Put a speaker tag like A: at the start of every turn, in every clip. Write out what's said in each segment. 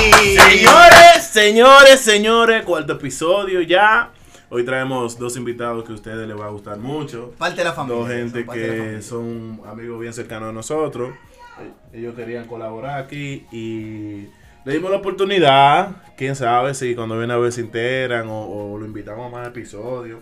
A: Señores, señores, señores, cuarto episodio ya. Hoy traemos dos invitados que a ustedes les va a gustar mucho.
B: Parte de la familia.
A: Dos gente
B: son parte de la familia.
A: que son amigos bien cercanos a nosotros. Eh, Ellos querían colaborar aquí y le dimos la oportunidad. Quién sabe si cuando vienen a ver se integran o, o lo invitamos a más episodios.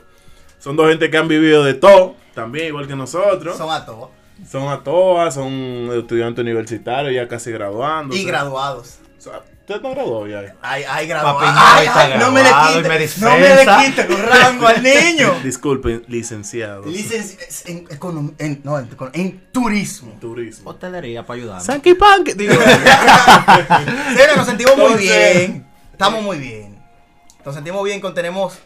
A: Son dos gente que han vivido de todo, también igual que nosotros.
B: Son a todos.
A: Son a todas, son estudiantes universitarios, ya casi graduando.
B: Y graduados.
A: Usted no graduó ya.
B: Ay, ay, graduados.
C: Papi, no,
B: Ay,
C: está
B: ay, no me le
C: graduado y me
B: quite. No
C: dispensa.
B: me le quite con rango al niño.
A: Disculpen, licenciado.
B: Licencia en, econom- en, no, en, econom- en turismo.
A: Turismo.
C: Hotelería para ayudarme.
A: Sanky Panky. Digo,
B: Señores, nos sentimos muy
A: Entonces-
B: bien. Estamos muy bien. Nos sentimos bien cuando tenemos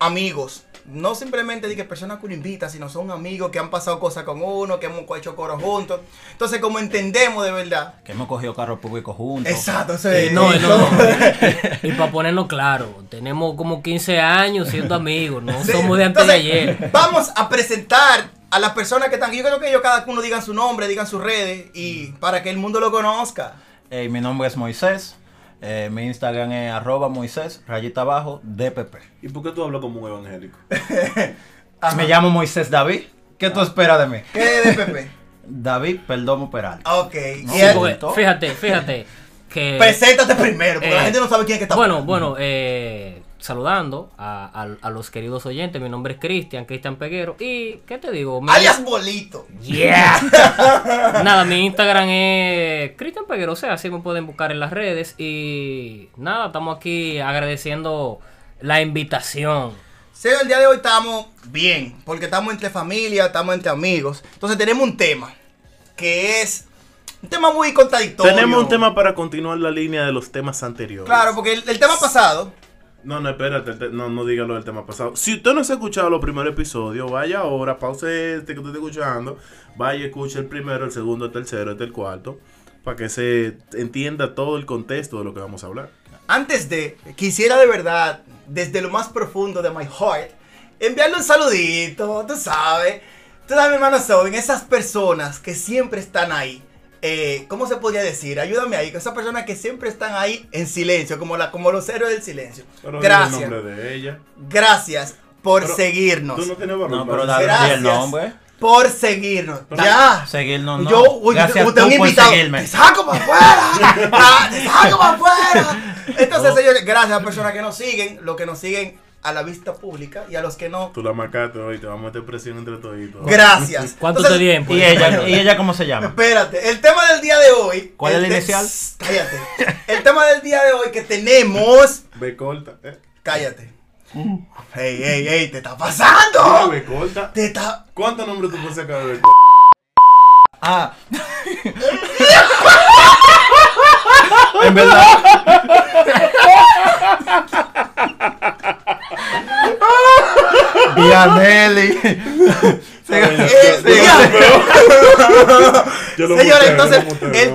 B: amigos. No simplemente de que personas que uno invita, sino son amigos que han pasado cosas con uno, que hemos hecho coros juntos. Entonces, como entendemos de verdad.
C: Que hemos cogido carro público juntos.
B: Exacto, eso
D: Eh,
B: es.
D: No, no. y para ponernos claro, tenemos como 15 años siendo amigos, no
B: Sí,
D: somos de antes de
B: entonces,
D: ayer.
B: Vamos a presentar a las personas que están. Yo creo que ellos cada uno digan su nombre, digan sus redes y
D: Mm.
B: para que el mundo lo conozca.
C: Ey, Eh, mi nombre es Moisés. Eh, mi Instagram es arroba Moisés, rayita abajo, DPP.
A: ¿Y por qué tú hablas como un evangélico?
B: Ajá. Ah.
C: Me llamo Moisés David. ¿Qué tú esperas de mí?
B: ¿Qué es de Pepe?
C: David Perdomo Peralta.
B: Ok.
C: No,
B: y
D: Sí,
B: él-
D: porque
C: ¿Todo?
D: fíjate, fíjate que
B: Preséntate primero, porque la
D: Eh,
B: gente no sabe quién es que está.
D: bueno, bueno, eh, saludando a, a- a los queridos oyentes, mi nombre es Cristian, Cristian Peguero y ¿qué te digo? Mi-
B: Alias Bolito.
D: Yeah. nada, mi Instagram es Cristian Peguero, o sea, así me pueden buscar en las redes y nada, estamos aquí agradeciendo la invitación.
B: Sí, el día de hoy estamos bien, porque estamos entre familia, estamos entre amigos. Entonces tenemos un tema que es un tema muy contradictorio.
A: Tenemos un tema para continuar la línea de los temas anteriores.
B: Claro, porque el, el tema pasado,
A: No, no, espérate. el te- No, no diga lo del tema pasado. Si usted no se ha escuchado los primeros episodios, vaya ahora, pause este que usted está escuchando. Vaya, escuche el primero, el segundo, el tercero, este, el cuarto. Para que se entienda todo el contexto de lo que vamos a hablar.
B: antes de, quisiera de verdad, desde lo más profundo de my heart, enviarle un saludito, tú sabes. Tú sabes, mi hermano Sobin, esas personas que siempre están ahí. eh, ¿Cómo se podría decir? Ayúdame ahí, que esas personas que siempre están ahí en silencio, como, la, como los héroes del silencio.
A: Pero diga
B: Gracias.
A: el nombre de ella.
B: Gracias por
A: Pero,
B: seguirnos.
A: Tú no tienes valor
C: No,
A: para
C: pero
A: decir-
C: David
B: Gracias.
C: el nombre.
B: Por seguirnos.
A: Pero-
B: ya.
C: Seguirnos no.
B: Yo, uy,
C: Gracias
B: usted es
C: tú
B: un
C: por
B: invitado.
C: seguirme.
B: Te saco para afuera. Ah, Te saco para afuera. Entonces, señores, gracias a las personas que nos siguen, los que nos siguen a la vista pública y a los que no.
A: Tú la marcaste hoy, te vamos a meter presión entre toditos.
B: Gracias.
D: ¿Cuánto
B: Entonces,
D: te dieron?
C: ¿Y ella, ¿Y ella cómo se llama?
B: Espérate, el tema del día de hoy.
C: ¿Cuál es el
B: de-
C: inicial?
B: Shh, Cállate. El tema del día de hoy que tenemos.
A: Ve corta. ¿eh?
B: Cállate.
C: Uh.
B: Ey, ey, ey, te está pasando.
A: Ve corta.
B: Te está.
A: ¿Cuántos nombres tú puedes sacar de
C: Ah. en verdad. y a Nelly.
B: Eh, dígame. Señores, entonces, el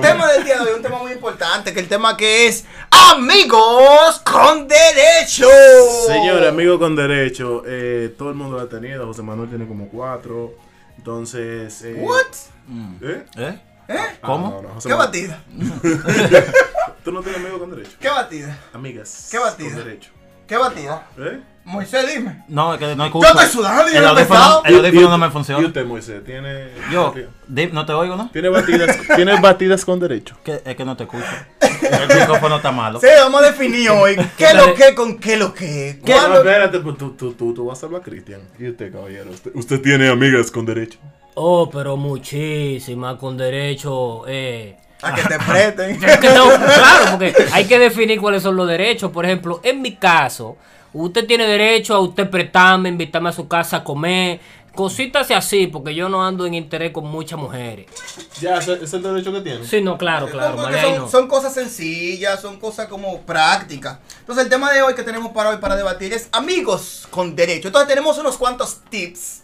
A: tema
B: tema del día de hoy es un tema muy importante, que el tema que es amigos con derecho.
A: Señor, amigo con derecho, eh, todo el mundo lo ha tenido. José Manuel tiene como cuatro. Entonces. Eh,
B: What?
A: ¿Eh?
C: ¿Eh?
A: Ah,
C: ¿Cómo?
A: no, no, José
B: ¿Qué
A: Manuel,
B: batida?
A: Tú no tienes amigo con derecho.
B: ¿Qué batida?
A: Amigas.
B: ¿Qué batida?
A: Con derecho.
B: ¿Qué batida?
A: ¿Eh?
B: Moisés, dime.
C: No, es que no hay
B: Yo
C: culpa.
B: estoy sudando, yo
C: El
B: no he
C: audífono,
B: empezado.
C: el audífono
A: Y-
C: no me
A: ¿Y
C: funciona.
A: usted, Moisés? ¿Tiene.
C: Yo, di- no te oigo, ¿no?
A: Tiene batidas, tiene batidas con derecho.
C: Que- es que no te escucho. El micrófono está malo.
B: Sí, vamos a definir hoy qué lo que con qué lo que.
A: No,
B: ¿Cuándo?
A: espérate, pues tú, tú, tú, tú vas a hablar Cristian. Y usted, caballero. Usted, usted tiene amigas con derecho.
D: Oh, pero muchísimas con derecho. Eh.
B: A que te presten.
D: Es que tengo- claro, porque hay que definir cuáles son los derechos. Por ejemplo, en mi caso, usted tiene derecho a usted prestarme, invitarme a su casa a comer, cositas así, porque yo no ando en interés con muchas mujeres.
A: Ya, ese es el derecho que tiene.
D: Sí, no, claro, claro,
B: Porque
D: vale, ahí
B: son,
D: no.
B: son cosas sencillas, son cosas como prácticas. Entonces el tema de hoy que tenemos para hoy para debatir es amigos con derecho. Entonces tenemos unos cuantos tips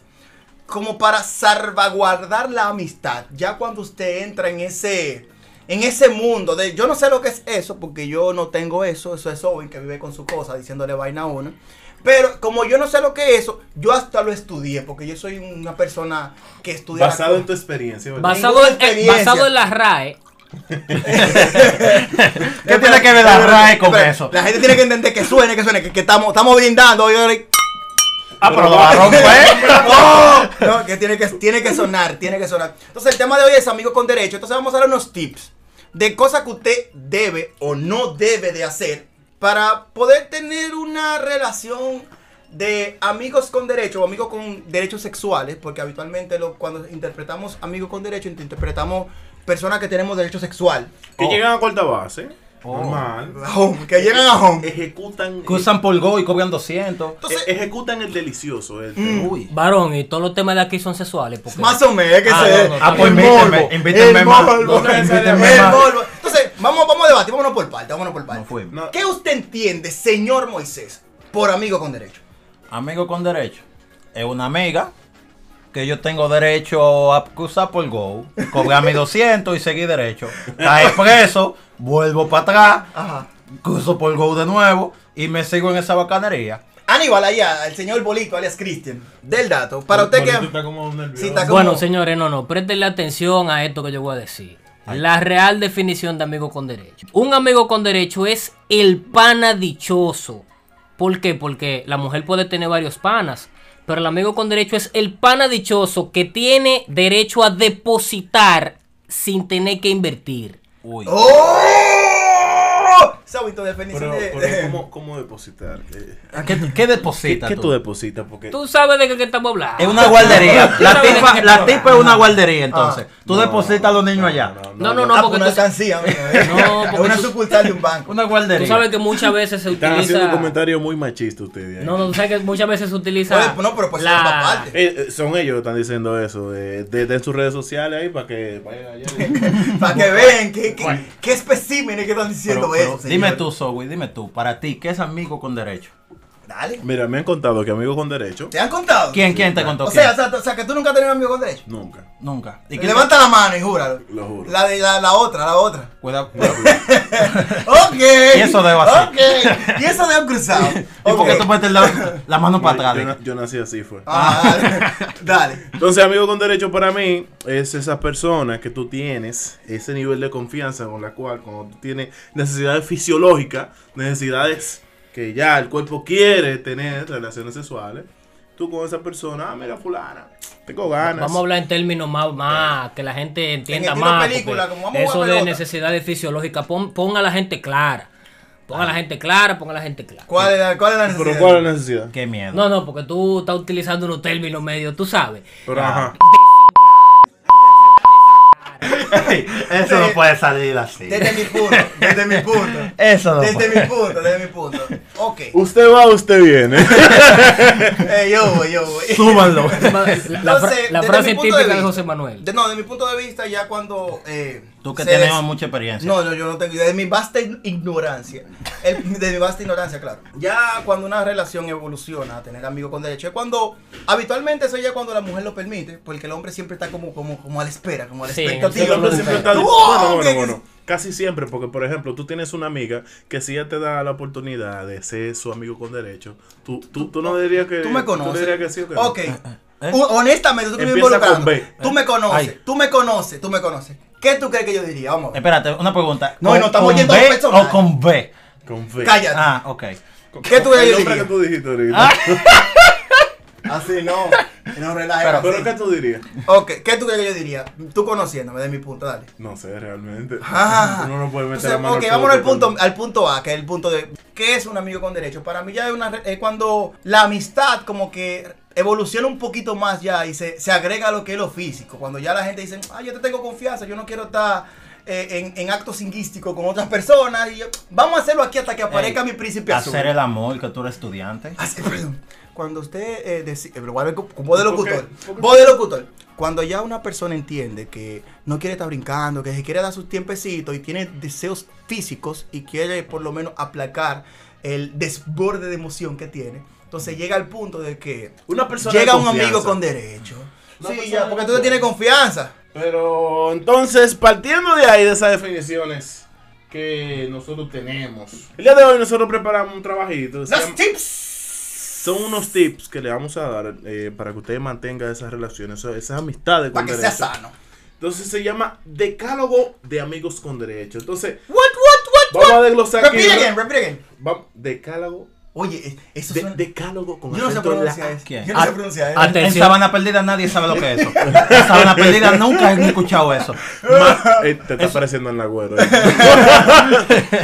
B: como para salvaguardar la amistad. Ya cuando usted entra en ese en ese mundo de yo no sé lo que es eso, porque yo no tengo eso, eso es Owen que vive con su cosa diciéndole vaina a uno. Pero como yo no sé lo que es eso, yo hasta lo estudié, porque yo soy una persona que estudia. las
A: Basado en tu
B: cosas.
A: experiencia, ¿verdad?
D: Basado en, eh,
B: experiencia.
D: basado en la RAE,
C: ¿Qué tiene que ver la
B: Espera,
C: RAE con
B: espera,
C: eso?
B: La gente tiene que entender que suene, que suene, que que estamos estamos brindando. y ahora-
C: Ah, pero pues. lo agarró, ¡Oh!
B: No, no, que tiene que tiene que sonar, tiene que sonar. Entonces, el tema de hoy es amigos con derecho. Entonces, vamos a dar unos tips de cosas que usted debe o no debe de hacer para poder tener una relación de amigos con derecho o amigos con derechos sexuales, porque habitualmente lo- cuando interpretamos amigos con derecho, int- interpretamos personas que tenemos derecho sexual,
A: Que
C: Oh.
A: llegan a corta base,
C: Oh.
A: normal,
B: Home, que llegan a
A: Eh,
B: home.
A: ejecutan,
C: Que usan por go y cobran 200.
B: Entonces,
A: e- ejecutan el delicioso. El,
C: Mm.
B: Mm.
C: Uy.
D: varón, y todos los temas de aquí son sexuales. Porque
B: Más o menos, es que
D: Ah,
B: se.
D: no, no,
C: Ah, pues
B: el
C: invítenme,
B: morbo,
C: invítenme
B: el
C: más.
B: morbo,
A: No, no,
B: el
C: invítenme más.
B: morbo. Entonces, vamos, vamos a debatir, vámonos por parte, vámonos por parte.
C: No fuimos.
A: No.
B: ¿Qué usted entiende, señor Moisés, por amigo con derecho?
C: Amigo con derecho. Es una amiga que yo tengo derecho a usar por go, cobrar mis 200 y seguir derecho. Cae preso, vuelvo para atrás,
B: Ajá.
C: cruzo por go de nuevo y me sigo en esa bacanería.
B: Aníbal, allá, el señor Bolito, alias Cristian, del dato. Para usted
A: Bonito
B: que.
A: está como nervioso.
B: Sí, está como-
D: Bueno, señores, no, no, préstenle atención a esto que yo voy a decir. La real definición de amigo con derecho. Un amigo con derecho es el pana dichoso. ¿Por qué? Porque la mujer puede tener varios panas, pero el amigo con derecho es el pana dichoso que tiene derecho a depositar sin tener que invertir.
C: Uy.
B: ¡Oh! Sabito de felicidad.
A: Pero, pero ¿cómo, cómo depositar? Eh,
C: Ah, ¿Qué, qué
A: ¿Qué,
C: deposita
A: qué
C: tú?
A: tú depositas? Porque
D: Tú sabes de qué, que estamos hablando.
C: Es una guardería.
D: Tú
C: La
D: sabes de
C: tipa,
D: qué-
C: la tipa es una guardería, entonces. Tú
A: No,
C: depositas a los niños allá.
D: Ah, No, no, no,
B: Ah, pues
D: porque
B: una
D: tú-
B: alcancía,
D: No,
B: No, Es
D: porque
B: una
D: tú-
B: sucursal de un banco.
C: Una
D: Tú
C: guardería.
D: sabes que muchas veces se
A: Están haciendo
D: utiliza.
A: un comentario muy machista ustedes. ahí.
D: No, no, tú sabes que muchas veces se utiliza.
B: Oye, no, pero pues,
D: la...
B: es otra parte.
A: Eh, eh, son ellos que están diciendo eso. eh, de, de sus redes sociales ahí para que vayan allá.
B: Para que vean qué, qué, qué especímenes que están diciendo
C: Pero- pero
B: eso.
C: dime
B: señor.
C: tú, Zoe, dime tú, para ti, ¿qué es amigo con derecho?
B: Dale.
A: Mira, me han contado que amigos con derecho.
B: ¿Te han contado?
C: ¿Quién, quién te contó?
B: Ah, O
C: quién?
B: sea, o sea, o sea, que tú nunca has tenido un amigo con derecho.
A: Nunca.
C: Nunca. ¿Y quién te-
B: Levanta la mano y júralo.
A: Lo juro.
B: La, de, la, la otra, la otra.
C: Cuidado.
B: Ok.
C: Y eso debo hacer.
B: Ok. Y eso debo cruzado.
C: ¿Y por qué
B: Ok.
C: tú metes la, la mano para
A: yo,
C: atrás?
A: na- yo nací así fue.
B: Ah, dale.
A: Entonces, amigo con derecho para mí es esa persona que tú tienes, ese nivel de confianza con la cual, cuando tú tienes necesidades fisiológicas, necesidades que ya el cuerpo quiere tener, relaciones sexuales, tú con esa persona, ah, mira, fulana, tengo ganas.
D: Vamos a hablar en términos más, más que la gente entienda
B: En estilo
D: más.
B: película,
D: porque
B: como vamos a
D: eso
B: jugar
D: de
B: pelota.
D: necesidades fisiológicas, pon- ponga a la gente clara. Ponga a la gente clara, ponga a la gente clara.
B: ¿Cuál es la, cuál es la necesidad?
A: Pero, ¿cuál es la necesidad?
C: Qué miedo.
D: No, no, porque tú estás utilizando unos términos medio, tú sabes.
A: Pero, ajá.
C: Eso no puede salir así.
B: Desde mi punto. Desde mi punto.
C: Eso Uh. no
B: Desde
C: puede.
B: mi punto, desde mi punto. Ok.
A: Usted va, usted viene.
B: Eh, yo voy, yo voy.
C: Súbanlo.
D: La, la fra-
B: Entonces,
D: la
B: desde
D: frase
B: mi punto de
D: típica de
B: vista-
D: José Manuel.
B: de- no, de mi punto de vista, ya cuando. eh,
C: Tú que
B: se
C: tienes
B: des-
C: mucha experiencia.
B: No, no, yo no tengo idea. De mi vasta ign- ignorancia. El- de mi vasta ignorancia, claro. Ya cuando una relación evoluciona a tener amigos con derecho, es cuando. Habitualmente eso ya cuando la mujer lo permite, porque el hombre siempre está como, como, como a la espera, como a la
D: Sí,
B: expectativa.
A: El hombre siempre está-
B: ¡Wow!
A: Bueno, bueno,
B: ¿Qué-
A: bueno. oh, Casi siempre, porque por ejemplo, tú tienes una amiga que si ella te da la oportunidad de ser su amigo con derecho, tú, tú, tú no dirías que.
B: Tú me
A: Eh, Tú
B: conoces.
A: dirías que sí o que no.
B: ok.
C: Eh,
B: U- honestamente, tú que me
A: Empieza
B: involucrando,
A: con B.
B: Tú me conoces,
C: Ay.
B: tú me conoces, tú me conoces. ¿Qué tú crees que yo diría? Vamos. a ver.
C: Espérate, una pregunta.
B: No,
C: ¿Con-
B: no estamos
C: con
B: yendo a lo
C: B
B: personal.
C: o con B?
A: Con fe.
B: Cállate.
C: Ah, ok.
B: ¿Qué tú Ah, crees
A: El
B: que yo
A: nombre
B: diría?
A: que tú dijiste ahorita.
B: Así no. No relajes.
C: Pero-
A: Pero
B: así.
A: ¿qué tú dirías?
B: Ok, ¿qué tú crees que yo diría? Tú conociéndome de mi punto, dale.
A: No sé, realmente.
B: Ah.
A: Uno no puede meter
B: Entonces,
A: la mano.
B: ok,
A: fuego
B: vámonos al punto,
A: totalmente.
B: al punto A, que es el punto de ¿qué es un amigo con derecho? Para mí ya es, una, re- es cuando la amistad como que evoluciona un poquito más ya y se, se agrega a lo que es lo físico. Cuando ya la gente dice, ah, yo te tengo confianza, yo no quiero estar eh, en, en actos singuísticos con otras personas y yo, vamos a hacerlo aquí hasta que aparezca
C: Ey,
B: mi príncipe azul.
C: Hacer el amor, que tú eres estudiante.
B: Ah, sí, perdón. Cuando usted eh, deci- eh, lo voy a ver con- con voz de
A: ¿Por qué?
B: locutor.
A: ¿Por qué?
B: Voz de locutor. Cuando ya una persona entiende que no quiere estar brincando, que se quiere dar sus tiempecitos y tiene deseos físicos y quiere por lo menos aplacar el desborde de emoción que tiene, entonces llega al punto de que
A: Una persona.
B: llega
A: de
B: un
A: confianza.
B: amigo con derecho.
A: Una
B: Sí,
A: persona
B: ya,
A: de
B: porque tú le tienes confianza.
A: Pero entonces, partiendo de ahí, de esas definiciones que nosotros tenemos. El día de hoy nosotros preparamos un trabajito. se
B: Los
A: llama-
B: tips.
A: Son unos tips que le vamos a dar eh, para que ustedes mantengan esas relaciones, esas, esas amistades con
B: Para que sea
A: derecho.
B: sano.
A: Entonces se llama Decálogo de Amigos con Derecho. Entonces,
B: What, what, what,
A: vamos
B: what?
A: a desglosar aquí.
B: Repeat
A: ¿no?
B: again, repeat again.
A: Va- Decálogo.
B: Oye, eh, eso
A: de-
B: suena...
A: decálogo con
B: Yo no sé
A: acento en la
B: pronunciar
A: A.
B: eso.
C: ¿Quién?
B: Yo no sé
C: Ah,
B: pronunciar eso.
C: En, en
D: Atención.
C: Sabana Perdida nadie sabe lo que es eso. En Sabana Perdida nunca he escuchado eso.
A: Ma- eh, te está apareciendo en la ¿eh? güera.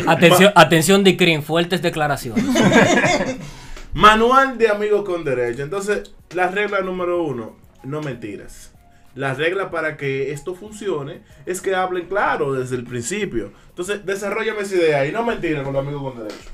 D: Atención, atención Dicrin, fuertes declaraciones.
A: Manual de amigos con derecho. Entonces, la regla número uno, no mentiras. La regla para que esto funcione es que hablen claro desde el principio. Entonces, desarrollame esa idea y no mentiras con los amigos con derecho.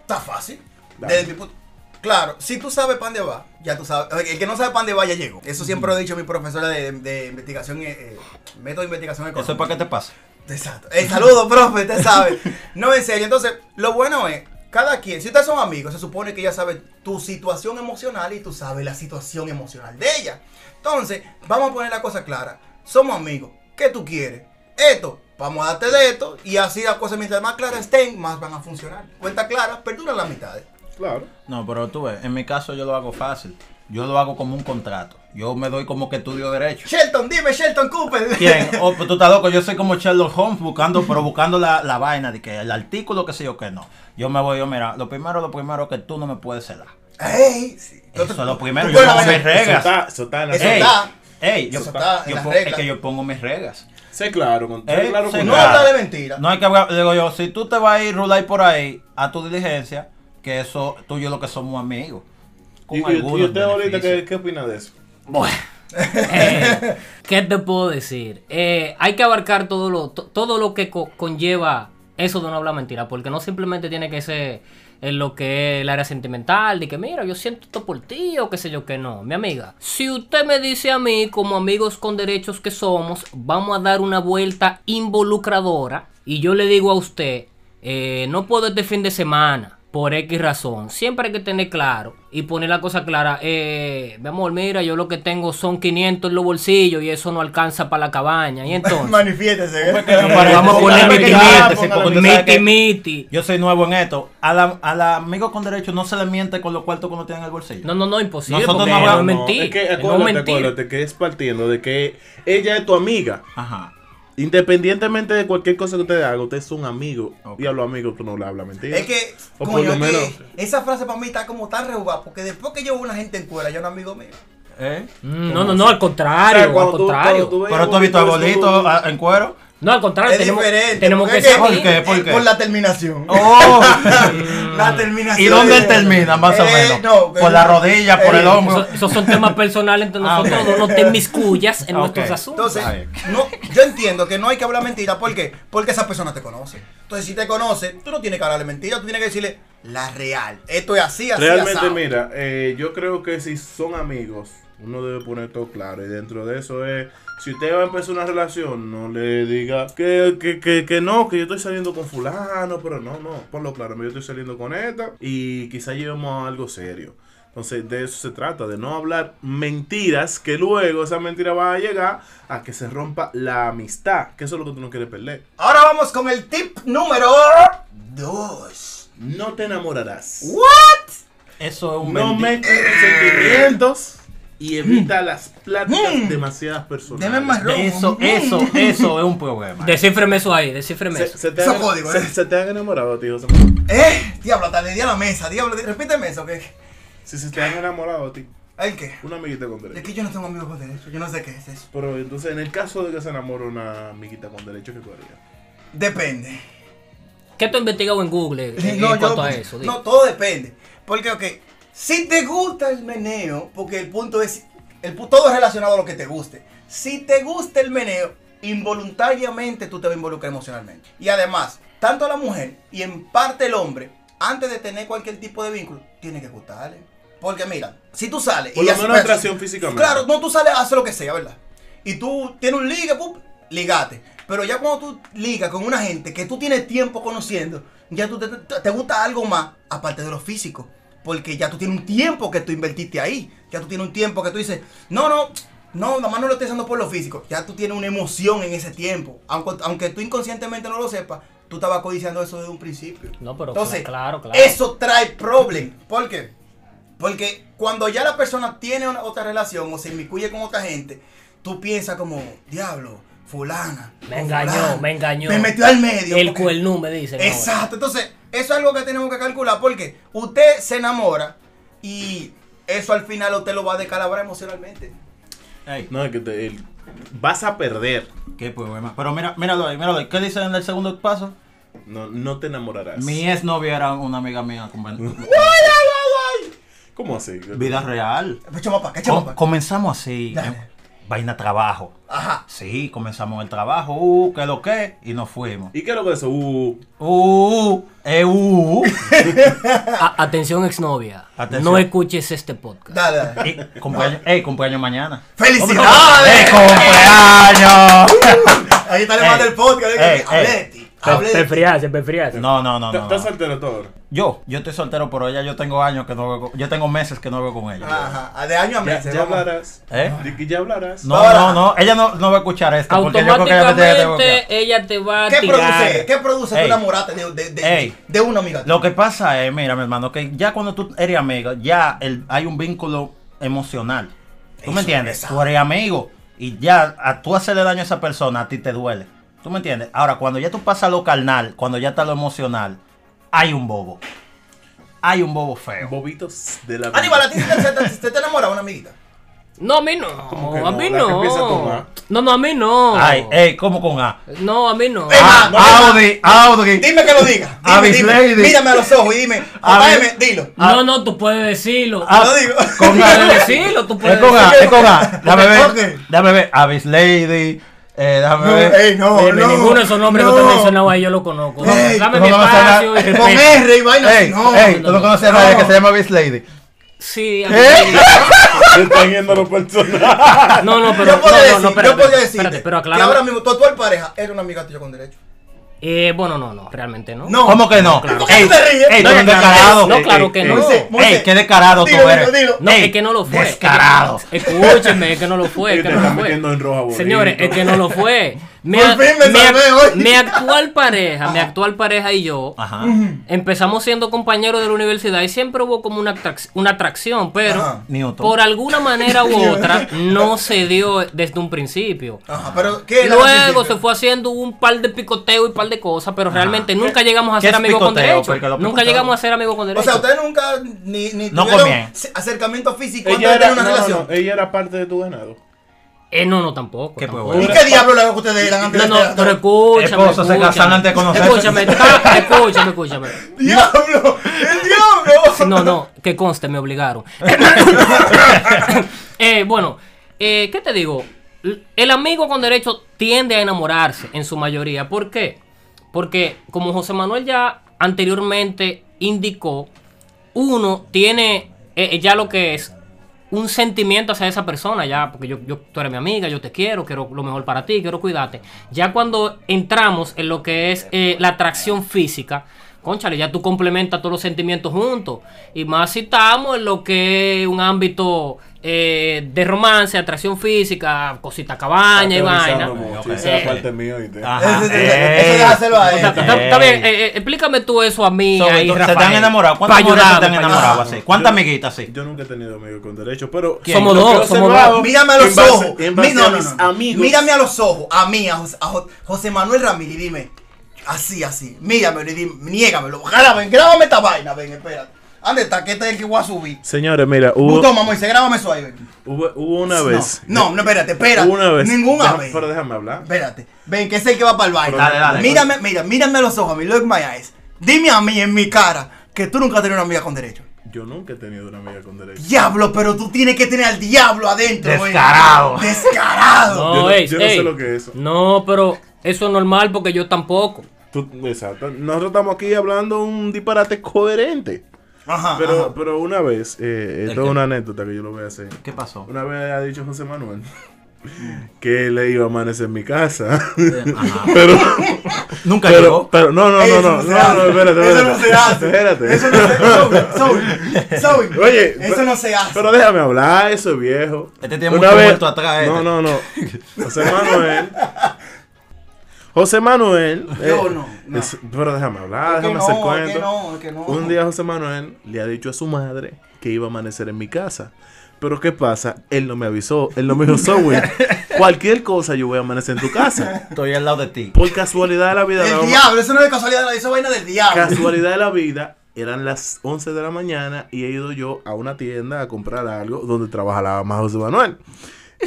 B: Está fácil.
A: Dale.
B: Desde mi punto- Claro, si tú sabes pan de va, ya tú sabes. El que no sabe pan de va ya llegó. Eso siempre lo ha dicho mi profesora de, de investigación, eh, eh, método de investigación económica.
C: Eso es para que te pase.
B: Exacto. El saludo, profe, te sabe. No, en serio. Entonces, lo bueno es, cada quien, si ustedes son amigos, se supone que ya sabe tu situación emocional y tú sabes la situación emocional de ella. Entonces, vamos a poner la cosa clara. Somos amigos. ¿Qué tú quieres? Esto. Vamos a darte de esto y así las cosas mientras más claras estén, más van a funcionar. Cuenta clara, perduran las mitades.
A: Claro.
C: No, pero tú ves, en mi caso yo lo hago fácil. Yo lo hago como un contrato. Yo me doy como que estudio derecho.
B: Shelton, dime, Shelton Cooper.
C: ¿Quién? Oh, pues tú estás loco, yo soy como Sherlock Holmes buscando, pero buscando la, la vaina de que el artículo que sé yo que no. Yo me voy, yo mira, lo primero, lo primero que tú no me puedes celar.
B: Ey, sí.
C: Eso
B: Tú-
C: es lo
B: tú
C: primero,
B: puedes
C: yo
B: la
C: no
B: vaina.
C: me re-
A: Eso
C: Regas.
A: está, eso está en la
B: Eso
A: regla.
C: ey,
B: está.
C: ey, yo,
B: Eso está en
C: yo
B: las
C: pon- es
B: reglas.
C: que yo pongo mis reglas.
A: Sé claro, con, sé
C: Ey,
A: claro
C: sé
A: con
B: No
C: claro.
B: habla de mentira.
C: No hay que hablar, digo yo, si tú te vas a ir rular por ahí a tu diligencia, que eso tú y yo lo que somos amigos. Con
A: Y, y- y
C: algunos
A: usted ahorita,
C: beneficios.
A: ¿qué, ¿qué opina de eso?
D: Bueno, eh, ¿qué te puedo decir? Eh, hay que abarcar todo lo, to- todo lo que co- conlleva eso de no hablar mentira, porque no simplemente tiene que ser en lo que es el área sentimental, de que mira, yo siento esto por ti o qué sé yo que no. Mi amiga, si usted me dice a mí, como amigos con derechos que somos, vamos a dar una vuelta involucradora y yo le digo a usted, eh, no puedo este fin de semana por X razón. Siempre hay que tener claro y poner la cosa clara. Eh, mi amor, mira, yo lo que tengo son 500 en los bolsillos y eso no alcanza para la cabaña. Y entonces,
B: Manifiéstese. ¿eh?
C: Pero
D: vamos a poner
C: Póngale
D: miti
C: que ya, póngale que
D: miti,
C: sabe que-
D: miti miti.
C: Yo soy nuevo en esto. A la- Al amigo con derecho no se le miente con los cuartos que uno tiene en el bolsillo.
D: No, no, no, imposible.
C: Nosotros
D: porque
C: no
D: no,
C: hablamos-
D: es mentir.
A: es que
D: es no
A: acuérdate,
D: mentir.
A: acuérdate que es partiendo de que ella es tu amiga.
C: Ajá.
A: Independientemente de cualquier cosa que usted haga, usted es un amigo.
C: Ok.
A: Y a los amigos tú no le hablas mentira.
B: Es que,
A: O
B: coño,
A: por lo
B: es que
A: menos-
B: esa frase para mí está como tan rehugada, porque después que yo veo una gente en cuera, yo no amigo mío.
C: ¿Eh?
D: Mm, No, no, no, al contrario, al contrario.
C: Pero tú has visto abuelito a- en cuero.
D: No, al
C: Ah,
D: contrario,
B: Es
D: tenemos,
B: diferente.
D: tenemos
B: porque
D: que
B: es que-
D: ser
C: ¿Por qué?
D: amigos.
C: ¿Por
B: eh,
C: qué?
B: Por la terminación. Mm.
C: ¡Oh!
B: La terminación.
C: ¿Y dónde él termina, más o
B: Eh,
C: menos?
B: no,
C: por la rodilla, por
B: eh,
C: el hombro.
D: Eso- Esos son temas personales entre
C: Ah,
D: nosotros,
C: ok.
D: no te inmiscuyas en
C: Ah, ok.
D: nuestros asuntos.
B: Entonces,
C: Está bien.
B: no, yo entiendo que no hay que hablar mentira. ¿Por qué? Porque esa persona te conoce. Entonces, si te conoce, tú no tienes que hablarle mentira, tú tienes que decirle la real. Esto es así, así,
A: Realmente,
B: asado.
A: mira, eh, yo creo que si son amigos, uno debe poner todo claro. Y dentro de eso es, si usted va a empezar una relación, no le diga que, que, que, que no, que yo estoy saliendo con fulano, pero no, no, ponlo claro, yo estoy saliendo con esta y quizá llevemos a algo serio. Entonces, de eso se trata, de no hablar mentiras, que luego esa mentira va a llegar a que se rompa la amistad, que eso es lo que tú no quieres perder.
B: Ahora vamos con el tip número 2.
A: No te enamorarás.
B: ¿What?
C: Eso es un
A: No
C: bendito.
A: mezcles sentimientos y evita las pláticas demasiadas personales.
B: Deme más rojo.
C: Eso, eso, eso es un problema.
D: Descífreme eso ahí, descífreme
A: se,
D: eso.
A: se te
B: Eso
A: han,
B: código,
A: se-
B: eh.
A: se te han enamorado, tío. se-
B: Eh, diablo, hasta le di a la mesa, diablo, di- repíteme eso, que
A: Si se te han enamorado, tío.
B: ¿El qué?
A: Una amiguita con
B: Es
A: derecho.
B: que yo no tengo amigos con derecho, yo no sé qué es eso.
A: Pero entonces, en el caso de que se enamore una amiguita con derecho, ¿qué tú harías?
B: Depende.
D: ¿Qué tú has investigado en Google eh, en
B: No,
D: cuanto
B: yo-
D: a eso?
B: no,
D: Dime.
B: todo depende. Porque, ok, si te gusta el meneo, porque el punto es, el, pu- todo es relacionado a lo que te guste. Si te gusta el meneo, involuntariamente tú te vas a involucrar emocionalmente. Y además, tanto la mujer y en parte el hombre, antes de tener cualquier tipo de vínculo, tiene que gustarle. Porque mira, si tú sales...
A: Por lo
B: ya-
A: menos atracción físicamente.
B: Claro, no, tú sales a hacer lo que sea, ¿verdad? Y tú tienes un ligue, pum, ligate. Pero ya cuando tú ligas con una gente que tú tienes tiempo conociendo, ya tú te, te- te gusta algo más, aparte de lo físico. Porque ya tú tienes un tiempo que tú invertiste ahí. Ya tú tienes un tiempo que tú dices, no, no, No, nada más no lo estoy haciendo por lo físico. Ya tú tienes una emoción en ese tiempo. Aunque, aunque tú inconscientemente no lo sepas, tú estabas codiciando eso desde un principio.
D: No, pero
B: Entonces,
D: claro, claro.
B: eso trae problem. ¿Por qué? Porque cuando ya la persona tiene una- otra relación o se inmiscuye con otra gente, tú piensas como, diablo, fulana.
D: Me
B: o
D: engañó,
B: fulano,
D: me engañó.
B: Me metió al medio.
D: El
B: porque-
D: cuernú me dicen. ahora.
B: Exacto, entonces eso es algo que tenemos que calcular porque usted se enamora y eso al final usted lo va a descalabrar emocionalmente.
C: Ey,
A: No, es que te- el- vas a perder.
C: qué problema. Pero mira, míralo ahí, míralo ahí. ¿Qué dice en el segundo paso?
A: No, no te enamorarás.
C: Mi ex novia era una amiga mía. conven-
A: ¿Cómo así?
C: Vida real.
B: Echa más Pues, pa' acá, echa más
C: Com-
B: pa' acá.
C: comenzamos así.
B: Dale.
C: eh, Vaina trabajo.
B: Ajá.
C: Sí, comenzamos el trabajo. Uh, qué lo que. Y nos fuimos.
A: ¿Y qué es lo que es eso? Uh,
C: Uh, eh, uh.
D: A- atención, exnovia.
C: Atención.
D: No escuches este podcast.
B: Dale, dale.
C: Ey, cumpleaños, ey, cumpleaños mañana.
B: ¡Felicidades!
C: ¡Ey, cumpleaños!
B: Ahí está el más
C: Ey,
B: del podcast.
C: ey,
B: eh, que- Hablé de ti. Hablé de ti.
D: Perfriarse, perfriarse.
C: No, no, no,
A: ¿Estás
C: no.
A: estás
C: no.
A: soltero todo?
C: Yo, yo estoy soltero, pero ella yo tengo años que no veo con- Yo tengo meses que no veo con ella.
B: Ajá. De año a
A: Ya,
B: mes.
A: ya hablarás.
C: ¿Eh?
A: De que ya hablarás.
C: No,
B: Ahora.
C: no, no. Ella no, no va a escuchar esto porque yo creo que ella me tiene que
D: Automáticamente
C: bloquear.
D: ella te va a
B: ¿Qué
D: tirar.
B: produce? ¿Qué produce tú
C: Ey.
B: enamorarte de, de, de,
C: Ey.
B: de una amiga?
C: Lo que pasa es, mira, mi hermano, que ya cuando tú eres amigo, ya el- hay un vínculo emocional. ¿Tú
B: Eso,
C: me entiendes?
B: esa.
C: Tú eres amigo y ya a tú hacerle daño a esa persona, a ti te duele. ¿Tú me entiendes? Ahora, cuando ya tú pasas lo carnal, cuando ya está lo emocional, hay un bobo. Hay un bobo feo.
A: Bobitos de la vida.
B: Aníbal, ¿a ti se te, se te- se te enamora una amiguita?
D: No, a mí no.
A: ¿Cómo que
D: A
A: no?
D: mí
A: La que empieza con
D: no.
A: A.
D: No, no, a mí no.
C: Ay, eh. ey, ¿cómo con A?
D: No, a mí no.
B: Ey, ma,
C: Ah,
B: no,
C: Audi, Audi. Eh,
B: Dime que lo digas.
C: A
B: Dime,
C: mis
B: dime.
C: ladies.
B: Mírame a los ojos y dime.
C: A
B: Apáeme,
C: ver.
B: dilo.
D: No, no, tú puedes decirlo.
C: Ah,
B: Lo digo.
D: Tú
C: con
D: puedes
C: A.
D: decirlo, tú
C: Es
D: puedes
C: con A,
D: decirlo.
C: es con A. eh, Dame
B: Ok.
C: ver. Dame ver. Avis Lady. Eh, dame
B: No,
C: ver.
B: ey, no,
D: Dime,
B: no,
D: ninguno de esos nombres que
B: no.
D: te he mencionado ahí yo lo conozco.
B: Ey,
D: Dame
C: tú
D: mi
C: Eh, no vas a
D: espacio y
C: hablar- E.
B: Con
D: respeto.
B: R y vaina así,
C: Ey,
B: no.
C: ey,
D: no,
C: tú
D: no.
C: no conoces a nadie
B: No.
C: que se llama Avis Lady.
D: Sí, a mí
C: ¿Eh?
A: Te están yendo los personajes.
D: No, no, pero
B: yo
D: no,
B: podía
D: no,
B: decir,
D: no, espérate,
B: yo podía
D: espérate,
B: decirte
D: espérate, pero
B: que ahora
D: aclara.
B: mismo tu actual pareja era una amiga tuya con derecho.
D: Eh, bueno, no, no, realmente no.
B: No. eh,
C: ¿Cómo que no?
B: Claro. ¿Por qué
C: Ey,
B: tú te ríes?
C: ey,
D: No,
C: tú eres un
D: no,
C: descarado.
D: no, claro que no.
B: Moisés, Moisés,
C: Ey, qué descarado tú
B: dilo, dilo,
C: eres.
B: dilo.
D: No,
C: Ey,
D: es que no lo fue.
C: Descarado.
D: Escúcheme, es que no lo fue,
A: Y
D: es
A: te
D: que no lo
A: están
D: fue.
A: metiendo en roja, bolito.
D: Señores, es que no lo fue. Mi,
B: Por fin me
D: mi
B: salvé
D: ac-
B: hoy.
D: mi actual pareja, mi actual pareja y yo
C: Ajá.
D: empezamos siendo compañeros de la universidad y siempre hubo como una, atrac- una atracción, pero
B: Ajá.
C: Newton.
D: por alguna manera u otra no se dio desde un principio.
B: Ajá, pero ¿qué era
D: Luego se
B: la
D: fue haciendo un par de picoteo y par de cosas, pero realmente nunca llegamos a
C: ¿Qué
D: ser
C: es
D: amigos con
C: picoteo?
D: derecho.
C: Porque lo
D: Nunca
C: picoteo-
D: llegamos a ser amigos con derecho.
B: O sea, ustedes nunca ni, ni
C: No
B: tuvieron
C: comían.
B: se- acercamiento físico antes
A: Ella
B: de
A: era,
B: tener una
A: no, no,
B: relación.
A: no, ella era parte de tu ganado.
D: Eh, no, no, tampoco.
C: Qué
D: tampoco.
C: huevo.
B: ¿Y qué diablo era lo que ustedes eran antes
D: No,
B: de
D: no,
B: tener-
D: pero escúchame.
C: Esposos se
D: escúchame.
C: casan antes de conocerse.
D: Escúchame, ta- escúchame, escúchame.
B: ¡Diablo! ¡El diablo!
D: Sí, No, no, que conste, me obligaron. Eh, bueno, eh, ¿qué te digo? L- El amigo con derecho tiende a enamorarse en su mayoría. ¿Por qué? Porque, como José Manuel ya anteriormente indicó, uno tiene eh, ya lo que es un sentimiento hacia esa persona, ya, porque yo, yo, tú eres mi amiga, yo te quiero, quiero lo mejor para ti, quiero cuidarte. Ya cuando entramos en lo que es eh, la atracción física, conchale, ya tú complementas todos los sentimientos juntos. Y más si estamos en lo que es un ámbito eh, de romance, atracción física, cosita cabaña y
A: Aterrizando
D: vaina.
A: mucho,
C: Ok.
A: Esa
D: Eh.
A: es la parte mía, ¿viste?
C: Ajá.
B: Eso- eso- eso déjaselo a
D: O
B: él.
D: sea,
B: Ey.
D: está, está bien, eh, eh, explícame tú eso a mí.
C: Sobre
D: ahí,
C: todo, ¿Se
D: Rafael,
C: están enamorados?
D: pa'
C: ¿Cuántas mujeres se
D: ayudarme,
C: están
D: pa'
C: enamorados
B: ayudarme.
C: así? ¿Cuántas
A: Yo-
C: amigos así?
A: Yo nunca he tenido amigos con derecho, pero.
D: ¿Quién? Somos
A: lo que he
D: dos, somos
A: observado
D: dos.
B: Mírame a los
A: en base-
B: ojos.
A: en
B: Mi-
A: base
B: no,
A: a
B: no,
A: mis
B: no.
A: amigos.
B: Mírame a los ojos. A mí, a José, a Jo- José Manuel Ramírez. Y dime, así, así. Míramelo y dime, niégamelo. Grábame, grábame esta vaina. Ven, espérate. ¿Dónde está? Que este es el que voy a subir.
A: Señores, mira,
B: Tú
A: hubo,
B: toma, Moisés, grábame eso ahí. Ven.
A: hubo, hubo una
B: No,
A: vez.
B: No, no, espérate, espérate.
A: Hubo una vez.
B: Ninguna
A: Deja-
B: vez.
A: Pero déjame hablar.
B: Espérate. Ven, que es el que va para el baile.
C: Dale, dale.
B: Mírame, mira, mírame a los ojos a mí. Look my eyes. Dime a mí en mi cara que tú nunca has tenido una amiga con derecho.
A: Yo nunca he tenido una amiga con derecho.
B: Diablo, pero tú tienes que tener al diablo adentro, güey.
C: Descarado.
B: Descarado.
D: No,
A: Yo no-
D: ey,
A: yo no sé
D: ey.
A: lo que es eso.
D: No, pero eso es normal porque yo tampoco.
A: Tú- exacto. Nosotros estamos aquí hablando un disparate coherente.
B: Ajá.
A: Pero,
B: Ah, ajá.
A: pero una vez, eh, esto
C: qué?
A: es una anécdota que yo lo voy a hacer.
C: ¿Qué pasó?
A: Una vez ha dicho José Manuel que le iba a amanecer en mi casa.
C: Ajá.
A: Pero,
C: Nunca
A: pero,
C: llegó.
A: pero, no, no,
B: Ey,
A: no,
B: eso
A: no, no,
B: se hace.
A: no, espérate,
B: Eso no se hace.
A: espérate.
B: Eso no se hace. Zoe, Zoe, Zoe.
A: Oye,
B: eso
A: pe-
B: no se hace.
A: Pero déjame hablar, eso es viejo.
C: Este tiene mucho vuelto atrás, este.
A: No, no, no. José Manuel. José Manuel. eh,
B: Yo no, no.
A: es- pero déjame hablar,
B: Es que
A: déjame
B: no,
A: hacer
B: es
A: cuento.
B: que no, es que no.
A: Un día José Manuel le ha dicho a su madre que iba a amanecer en mi casa. Pero ¿qué pasa? Él no me avisó, él no me dijo, Zoe, cualquier cosa yo voy a amanecer en tu casa.
C: Estoy al lado de ti.
A: Por casualidad de la vida,
B: El
A: la mamá-
B: diablo, eso no es casualidad, eso es vaina del diablo.
A: Casualidad de la vida, eran las 11 de la mañana y he ido yo a una tienda a comprar algo donde trabaja la mamá de José Manuel.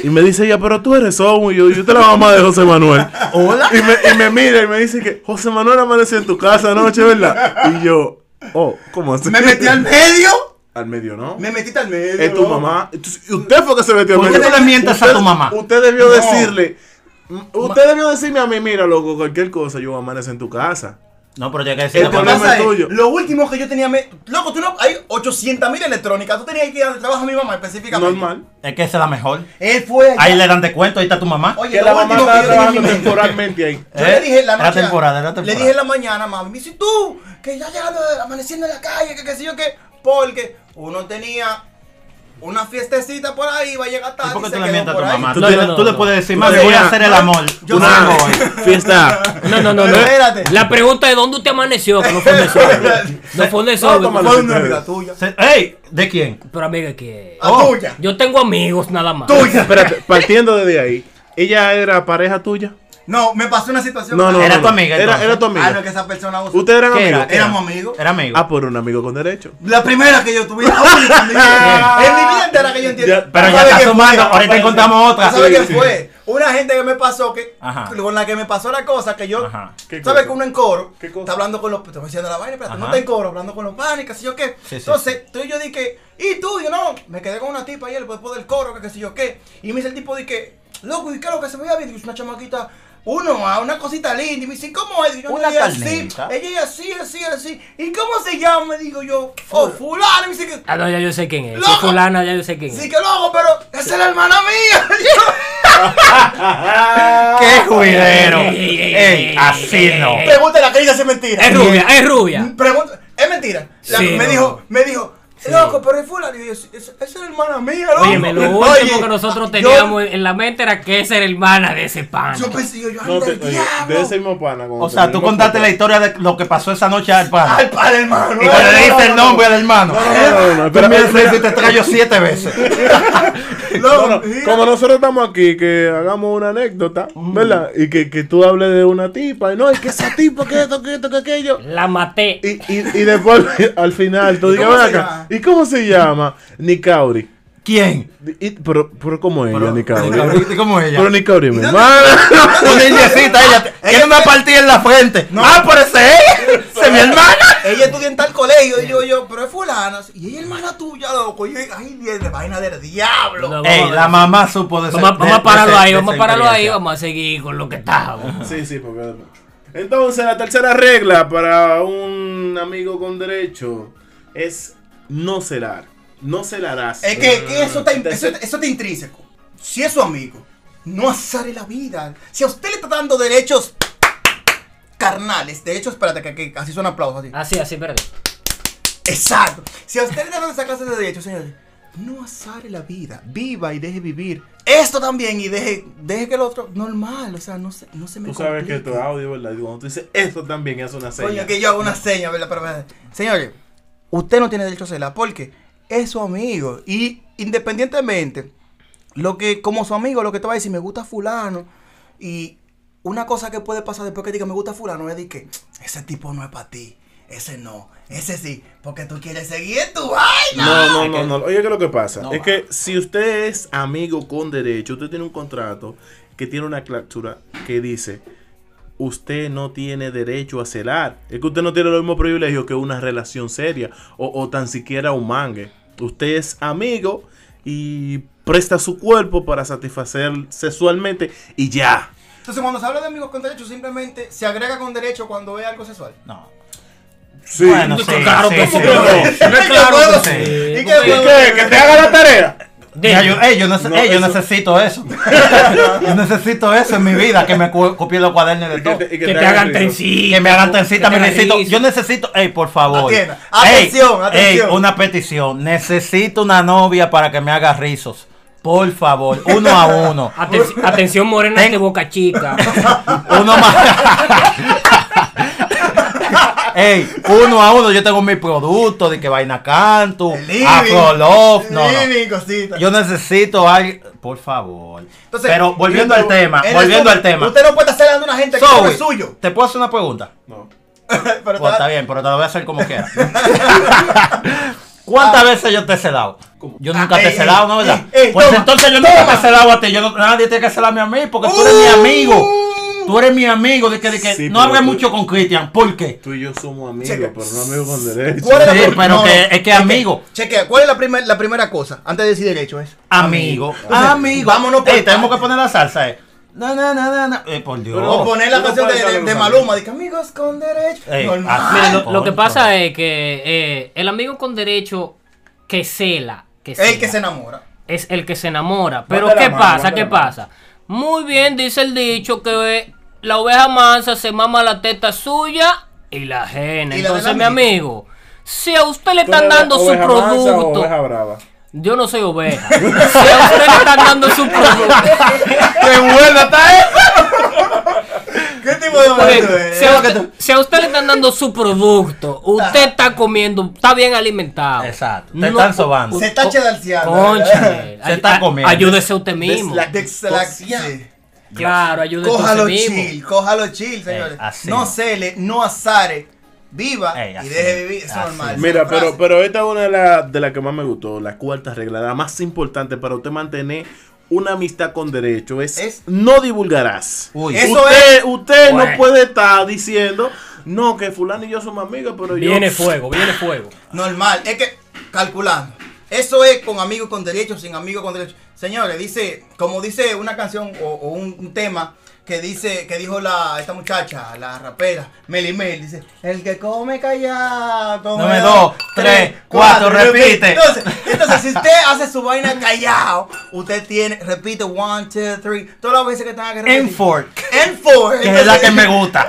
A: Y me dice ella, pero tú eres Zoe. Y yo, yo te la mamá de José Manuel. Hola. Y me, y me mira y me dice que José Manuel amaneció en tu casa anoche, ¿verdad? Y yo, oh, ¿cómo así?
B: Me metí al medio.
A: Al medio, ¿no?
B: Me metí al medio.
A: es tu
B: loco.
A: mamá. Entonces, usted fue que se metió al
C: ¿Por
A: medio.
C: qué no le mientas a
A: Usted-
C: tu mamá?
A: Usted debió
B: No.
A: decirle, mm, usted debió decirme a mí, mira, loco, cualquier cosa, yo amanezco en tu casa.
C: No, pero ya que
A: El
C: decirle
B: Lo que
C: por
A: problema-
C: la
B: pasa
A: es
B: es,
A: tuyo.
B: Lo último que yo tenía. me- Loco, tú no. Hay 800 mil electrónicas. Tú tenías que ir al trabajo a mi mamá específicamente.
A: Normal.
C: Es que esa es la mejor.
B: Él fue. allá.
C: Ahí le dan de cuento, ahí está tu mamá.
B: Oye,
A: Que
B: lo
A: la mamá
B: último que
A: estaba
B: yo tenía en mi
A: trabajando
B: mente.
A: temporalmente ahí.
B: Yo
C: ¿Eh?
B: le dije en la
C: Era
B: noche-
C: temporada, era
B: Le
C: temporada.
B: dije en la mañana, mami, me dice tú, que ya llegando, amaneciendo en la calle, que qué sé yo qué. Porque uno tenía una fiestecita por ahí, va a llegar tarde.
C: ¿Y por qué
B: y
C: tú
B: se
C: le
B: quedó
C: mientas a tu
B: por ahí.
C: mamá?
D: Tú
C: Tú,
D: no,
C: le-
D: no,
C: tú le
D: no.
C: puedes decir,
A: Tú
C: mami,
A: le-
C: voy a hacer el amor.
B: Yo
C: Yo
B: sé.
C: me voy.
A: Fiesta.
D: No, no, no, no.
B: Espérate.
D: La pregunta es ¿dónde usted amaneció? Que no fue un desorden. No fue un desorden.
A: toma la-
B: Fue una amiga tuya.
C: Se- ¡Ey! ¿De quién?
D: Pero amiga, que...
B: A
C: Oh.
B: tuya.
D: Yo tengo amigos nada más.
B: Tuya.
A: Espérate, partiendo desde ahí. ¿Ella era pareja tuya?
B: No, me pasó una situación.
A: No, no.
C: Era
A: no, no.
C: tu amiga,
A: Era,
C: entonces.
A: era tu
B: Ah, no, que
A: amiga.
B: esa persona usa.
A: Ustedes eran
C: ¿Qué era?
A: amigos.
C: ¿Qué
B: Éramos amigos.
C: Era amigo.
A: Ah, por un amigo con derecho.
B: La primera que yo tuve. la única en mi vida. En mi vida entera que yo entiendo.
A: Ya,
C: pero
B: ¿Tú
C: ya
B: sabes
C: está
B: quién fue?
C: sumando, ahorita
B: Aparece.
C: encontramos otra.
B: ¿Tú ¿Sabes
A: Sí,
B: Pues, qué
A: sí.
B: fue? Una gente que me pasó que.
C: Ajá.
B: Con la que me pasó la cosa que yo.
C: Ajá.
A: ¿Qué
B: ¿Sabes
A: cosa?
B: que uno en coro?
A: ¿Qué cosa?
B: Está hablando con los. Te voy diciendo la vaina, espérate, no
C: Ajá.
B: está en coro, hablando con los panes, qué sé yo qué.
C: sí,
B: Entonces, tú y yo dije. Y tú, yo no. Me quedé con una tipa ayer, después del coro, que qué sé yo qué. Y me dice el tipo, dije. Loco, ¿y qué es lo que se veía bien? Digo, Es una chamaquita. Uno, ah, una cosita linda. Y me dice, ¿cómo es? Digo, yo,
C: Una
B: ella es así.
C: carneta.
B: Ella es así, así, así. ¿Y cómo se llama? Digo yo, oh, fulano. Y me dice que.
D: Ah, no, ya yo sé quién es. Si
B: Loco.
D: fulana, ya yo sé quién
B: Sí
D: es.
B: que loco, pero esa es la hermana mía.
A: Ah,
C: ¡Qué juidero!
D: Ey, ey, ey,
C: ¡Ey!
D: ey,
C: Así
D: ey,
C: no.
D: ey, ey.
B: Pregúntale a que ella si es mentira.
D: Eh, Es rubia, es rubia.
B: Pregunta, es mentira. La-
D: Sí,
B: me
D: no.
B: dijo, me dijo,
D: Sí.
B: loco, pero es fulano. Y yo, "Es- es- esa es la hermana mía, loco.
D: Oye, lo
B: Oye,
D: último que
B: yo-
D: nosotros teníamos en la mente era que esa era hermana de ese pan.
B: Yo pensé, yo, yo
A: No,
B: ando
A: te-
B: al
A: oye, de ese
B: diablo.
A: mismo pana. como
C: O
A: te
C: sea, tú
A: mismo
C: contaste la
A: pana.
C: historia de lo que pasó esa noche al pana.
B: Al padre, hermano.
C: Y cuando le
B: No, no,
C: diste el
B: no,
C: nombre al hermano.
A: No, no, no, no, eh,
C: Tú
A: espera,
C: me
A: espera.
C: dices, te traigo siete veces.
B: Loco,
A: No, no,
B: mira.
A: como nosotros estamos aquí, que hagamos una anécdota, ¿verdad? Y que, que tú hables de una tipa, y no, es que esa tipa, que esto, que esto, que aquello.
D: La maté.
A: Y, y, y después, al final, tú
B: ¿Y
A: digas,
B: cómo
A: "Ven
B: se
A: acá,
B: llama?
A: ¿y cómo se llama? Nicauri.
C: ¿Quién?
A: Y- pero, pero, ¿cómo es ella, Nicauri?
C: Pero, ¿Cómo es
A: Pero
C: ella?
A: Nicauri, mi
B: dónde-
A: hermana.
C: Una indiecita, ella te- tiene una partida en la frente. Ah, por ese ella. Se mi hermana.
B: Ella estudia en tal colegio. Y yo, yo, pero es fulana. Y ella es hermana tuya, loco. Y yo, ay, Dios, de vaina del diablo.
D: No,
C: Ey, la mamá supo de ese-
D: Vamos, a-
C: de-
D: vamos a
C: de
D: pararlo
C: ese-
D: ahí,
C: de
D: vamos a
C: esa
D: pararlo ahí,
C: experiencia.
D: vamos a seguir con lo que estábamos.
A: Sí, sí, porque es mucho. Entonces, la tercera regla para un amigo con derecho es no celar. No celarás.
B: Es que, que eso, está,
A: Mm,
B: eso, eso está intrínseco. Si es su amigo, no azare la vida. Si a usted le está dando derechos carnales, derechos, espérate, que, que así son aplausos. Así.
D: Así, Ah, así, espérate.
B: Exacto. Si a usted le está dando esa clase de derechos, señores, no azare la vida. Viva y deje vivir. Esto también y deje, deje que el otro. Normal, o sea, no se, no se me
A: Tú sabes que
B: complique.
A: tu audio, ¿verdad? Y Cuando tú dices esto también es una seña.
B: Coño, que yo hago una seña, ¿verdad? Pero, pero, señores, usted no tiene derecho a celar porque es su amigo. Y independientemente, lo que, como su amigo, lo que te va a decir, me gusta fulano. Y una cosa que puede pasar después que diga, me gusta fulano, es de que ese tipo no es para ti. Ese no, ese sí, porque tú quieres seguir en tu vaina.
A: No, no,
D: es
A: no,
D: que-
A: no. Oye, ¿qué es lo que pasa?
C: No,
A: es
C: va.
A: que si usted es amigo con derecho, usted tiene un contrato que tiene una clausura que dice, usted no tiene derecho a celar. Es que usted no tiene los mismos privilegios que una relación seria o, o tan siquiera un mangue. Usted es amigo y presta su cuerpo para satisfacer sexualmente y ya.
B: Entonces, cuando se habla de amigos con derecho, simplemente se agrega con derecho cuando es algo sexual.
C: No.
A: Sí.
C: Bueno, sí,
D: Claro
C: sí,
D: que
C: sí.
D: no.
A: sí.
D: No es claro que
B: ¿Y
D: sí.
B: qué
A: ¿Y qué? ¿Que te haga la tarea?
C: Me
D: ¿Entiendes?
C: ayu- Ey, yo, nece-
A: No,
C: ey, yo
A: eso-
C: necesito eso. yo necesito eso en mi vida, que me cu- copie los cuadernos de todo.
A: y
D: Que te hagan
A: risa.
D: trencita.
C: Que me hagan trencita, me
D: que te hagan
C: necesito.
D: risa.
C: Yo necesito, ey, por favor.
B: Atienda.
C: Ey,
B: Atención,
C: ey,
B: atención.
C: una petición. Necesito una novia para que me haga rizos. Por favor, uno a uno.
D: Atenci- atención morena
C: Ten-
D: de boca chica.
C: Uno más. Ey, uno a uno, yo tengo mi producto de que vaina canto,
B: Living.
C: Afro Love, no, no.
B: Living, cosita.
C: Yo necesito algo, por favor.
B: Entonces,
C: Pero volviendo al
B: entonces,
C: tema,
B: en
C: volviendo
B: resumen,
C: al tema.
B: Usted no puede estar dando a una gente que
C: Zoe,
B: no es suyo.
C: ¿Te puedo hacer una pregunta?
A: No.
B: Pero
C: Pues, está
B: está-
C: bien, pero te lo voy a hacer como quiera. ¿Cuántas veces yo te he celado? Yo nunca
B: Ah,
C: te he
B: ey,
C: celado,
B: ey,
C: ¿no verdad?
B: ey, ey,
C: pues
B: toma, Uh,
C: entonces yo nunca te he celado a ti. Yo no- nadie tiene que celarme a mí porque tú eres mi amigo. Tú eres mi amigo. De que, de que
A: Sí,
C: no
A: pero
C: hables
A: tú-
C: mucho con Cristian. ¿Por qué?
A: Tú y yo somos amigos,
B: Checa.
A: pero no amigos con derecho.
B: ¿Cuál es la
C: Sí,
B: prim-
C: pero que- es que amigo.
B: Chequea, ¿cuál es la, primer- la primera cosa? Antes de decir derecho es.
C: Amigo.
B: Entonces,
C: amigo.
B: vámonos por
C: Ey, tenemos
B: parte.
C: que poner la salsa, eh. No, no, no, no, no. Eh, por Dios.
A: Pero-
B: O poner la
A: No
B: canción de,
A: puedes
B: de-
A: hablar
B: de
A: con
B: Maluma, de que amigos con derecho.
C: Ey,
B: Normal.
C: ah,
D: Mira, lo,
C: Ay,
D: lo que
C: coño.
D: pasa es que eh, el amigo con derecho que cela, que
B: El que
D: cela,
B: se enamora.
D: es el que se enamora.
A: Ponte
D: Pero
A: la
D: ¿qué
A: mano,
D: pasa?
A: ponte
D: ¿Qué
A: la mano.
D: pasa? Muy bien, dice el dicho que eh, la oveja mansa se mama la teta suya y la ajena.
B: Y la
D: Entonces,
B: del
D: mi amigo, si a usted le
A: ¿Tú
D: están
A: eres
D: dando su
A: oveja mansa o
D: producto,
A: oveja brava.
D: yo no soy oveja. si a usted le están dando su producto,
C: ¡Qué buena está eso!
B: ¿Qué tipo de
D: Porque
B: momento es? Ah.
D: si, a usted, si a usted le están dando su producto, usted está comiendo, está bien alimentado.
C: Exacto, te están sobando.
B: Se está chedalciando.
D: Concha.
C: Se está comiendo.
D: Ayúdese usted mismo.
B: La dexlaxia.
D: Claro, ayúdese
B: Cójalo
D: usted mismo.
B: chill, cójalo chill, señores.
C: así.
B: no cele, no azare. Viva
C: Ey, así.
B: y deje vivir. Eso es
C: Así.
B: normal.
A: Mira,
B: Esa frase.
A: pero, pero esta es una de, la- de las que más me gustó. La cuarta regla, la más importante para usted mantener una amistad con derecho es,
B: Es-
A: no divulgarás.
C: Uy.
B: Eso
A: usted usted
C: Bueno.
A: no puede estar diciendo, no, que fulano y yo somos amigos, pero yo...
D: Viene fuego, viene fuego.
B: Normal, es que calculando. Eso es con amigos con derechos, sin amigos con derechos. Señores, dice, como dice una canción o, o un, un tema que dice, que dijo la esta muchacha, la rapera, Meli Mel, dice, el que come callado. come
C: Dame dos, tres, cuatro, repite.
B: Entonces, entonces, si usted hace su vaina callado, usted tiene, repite, one, two, three, todas las veces que tenga que repetir.
C: Enfork,
B: En four.
C: que es la que me gusta.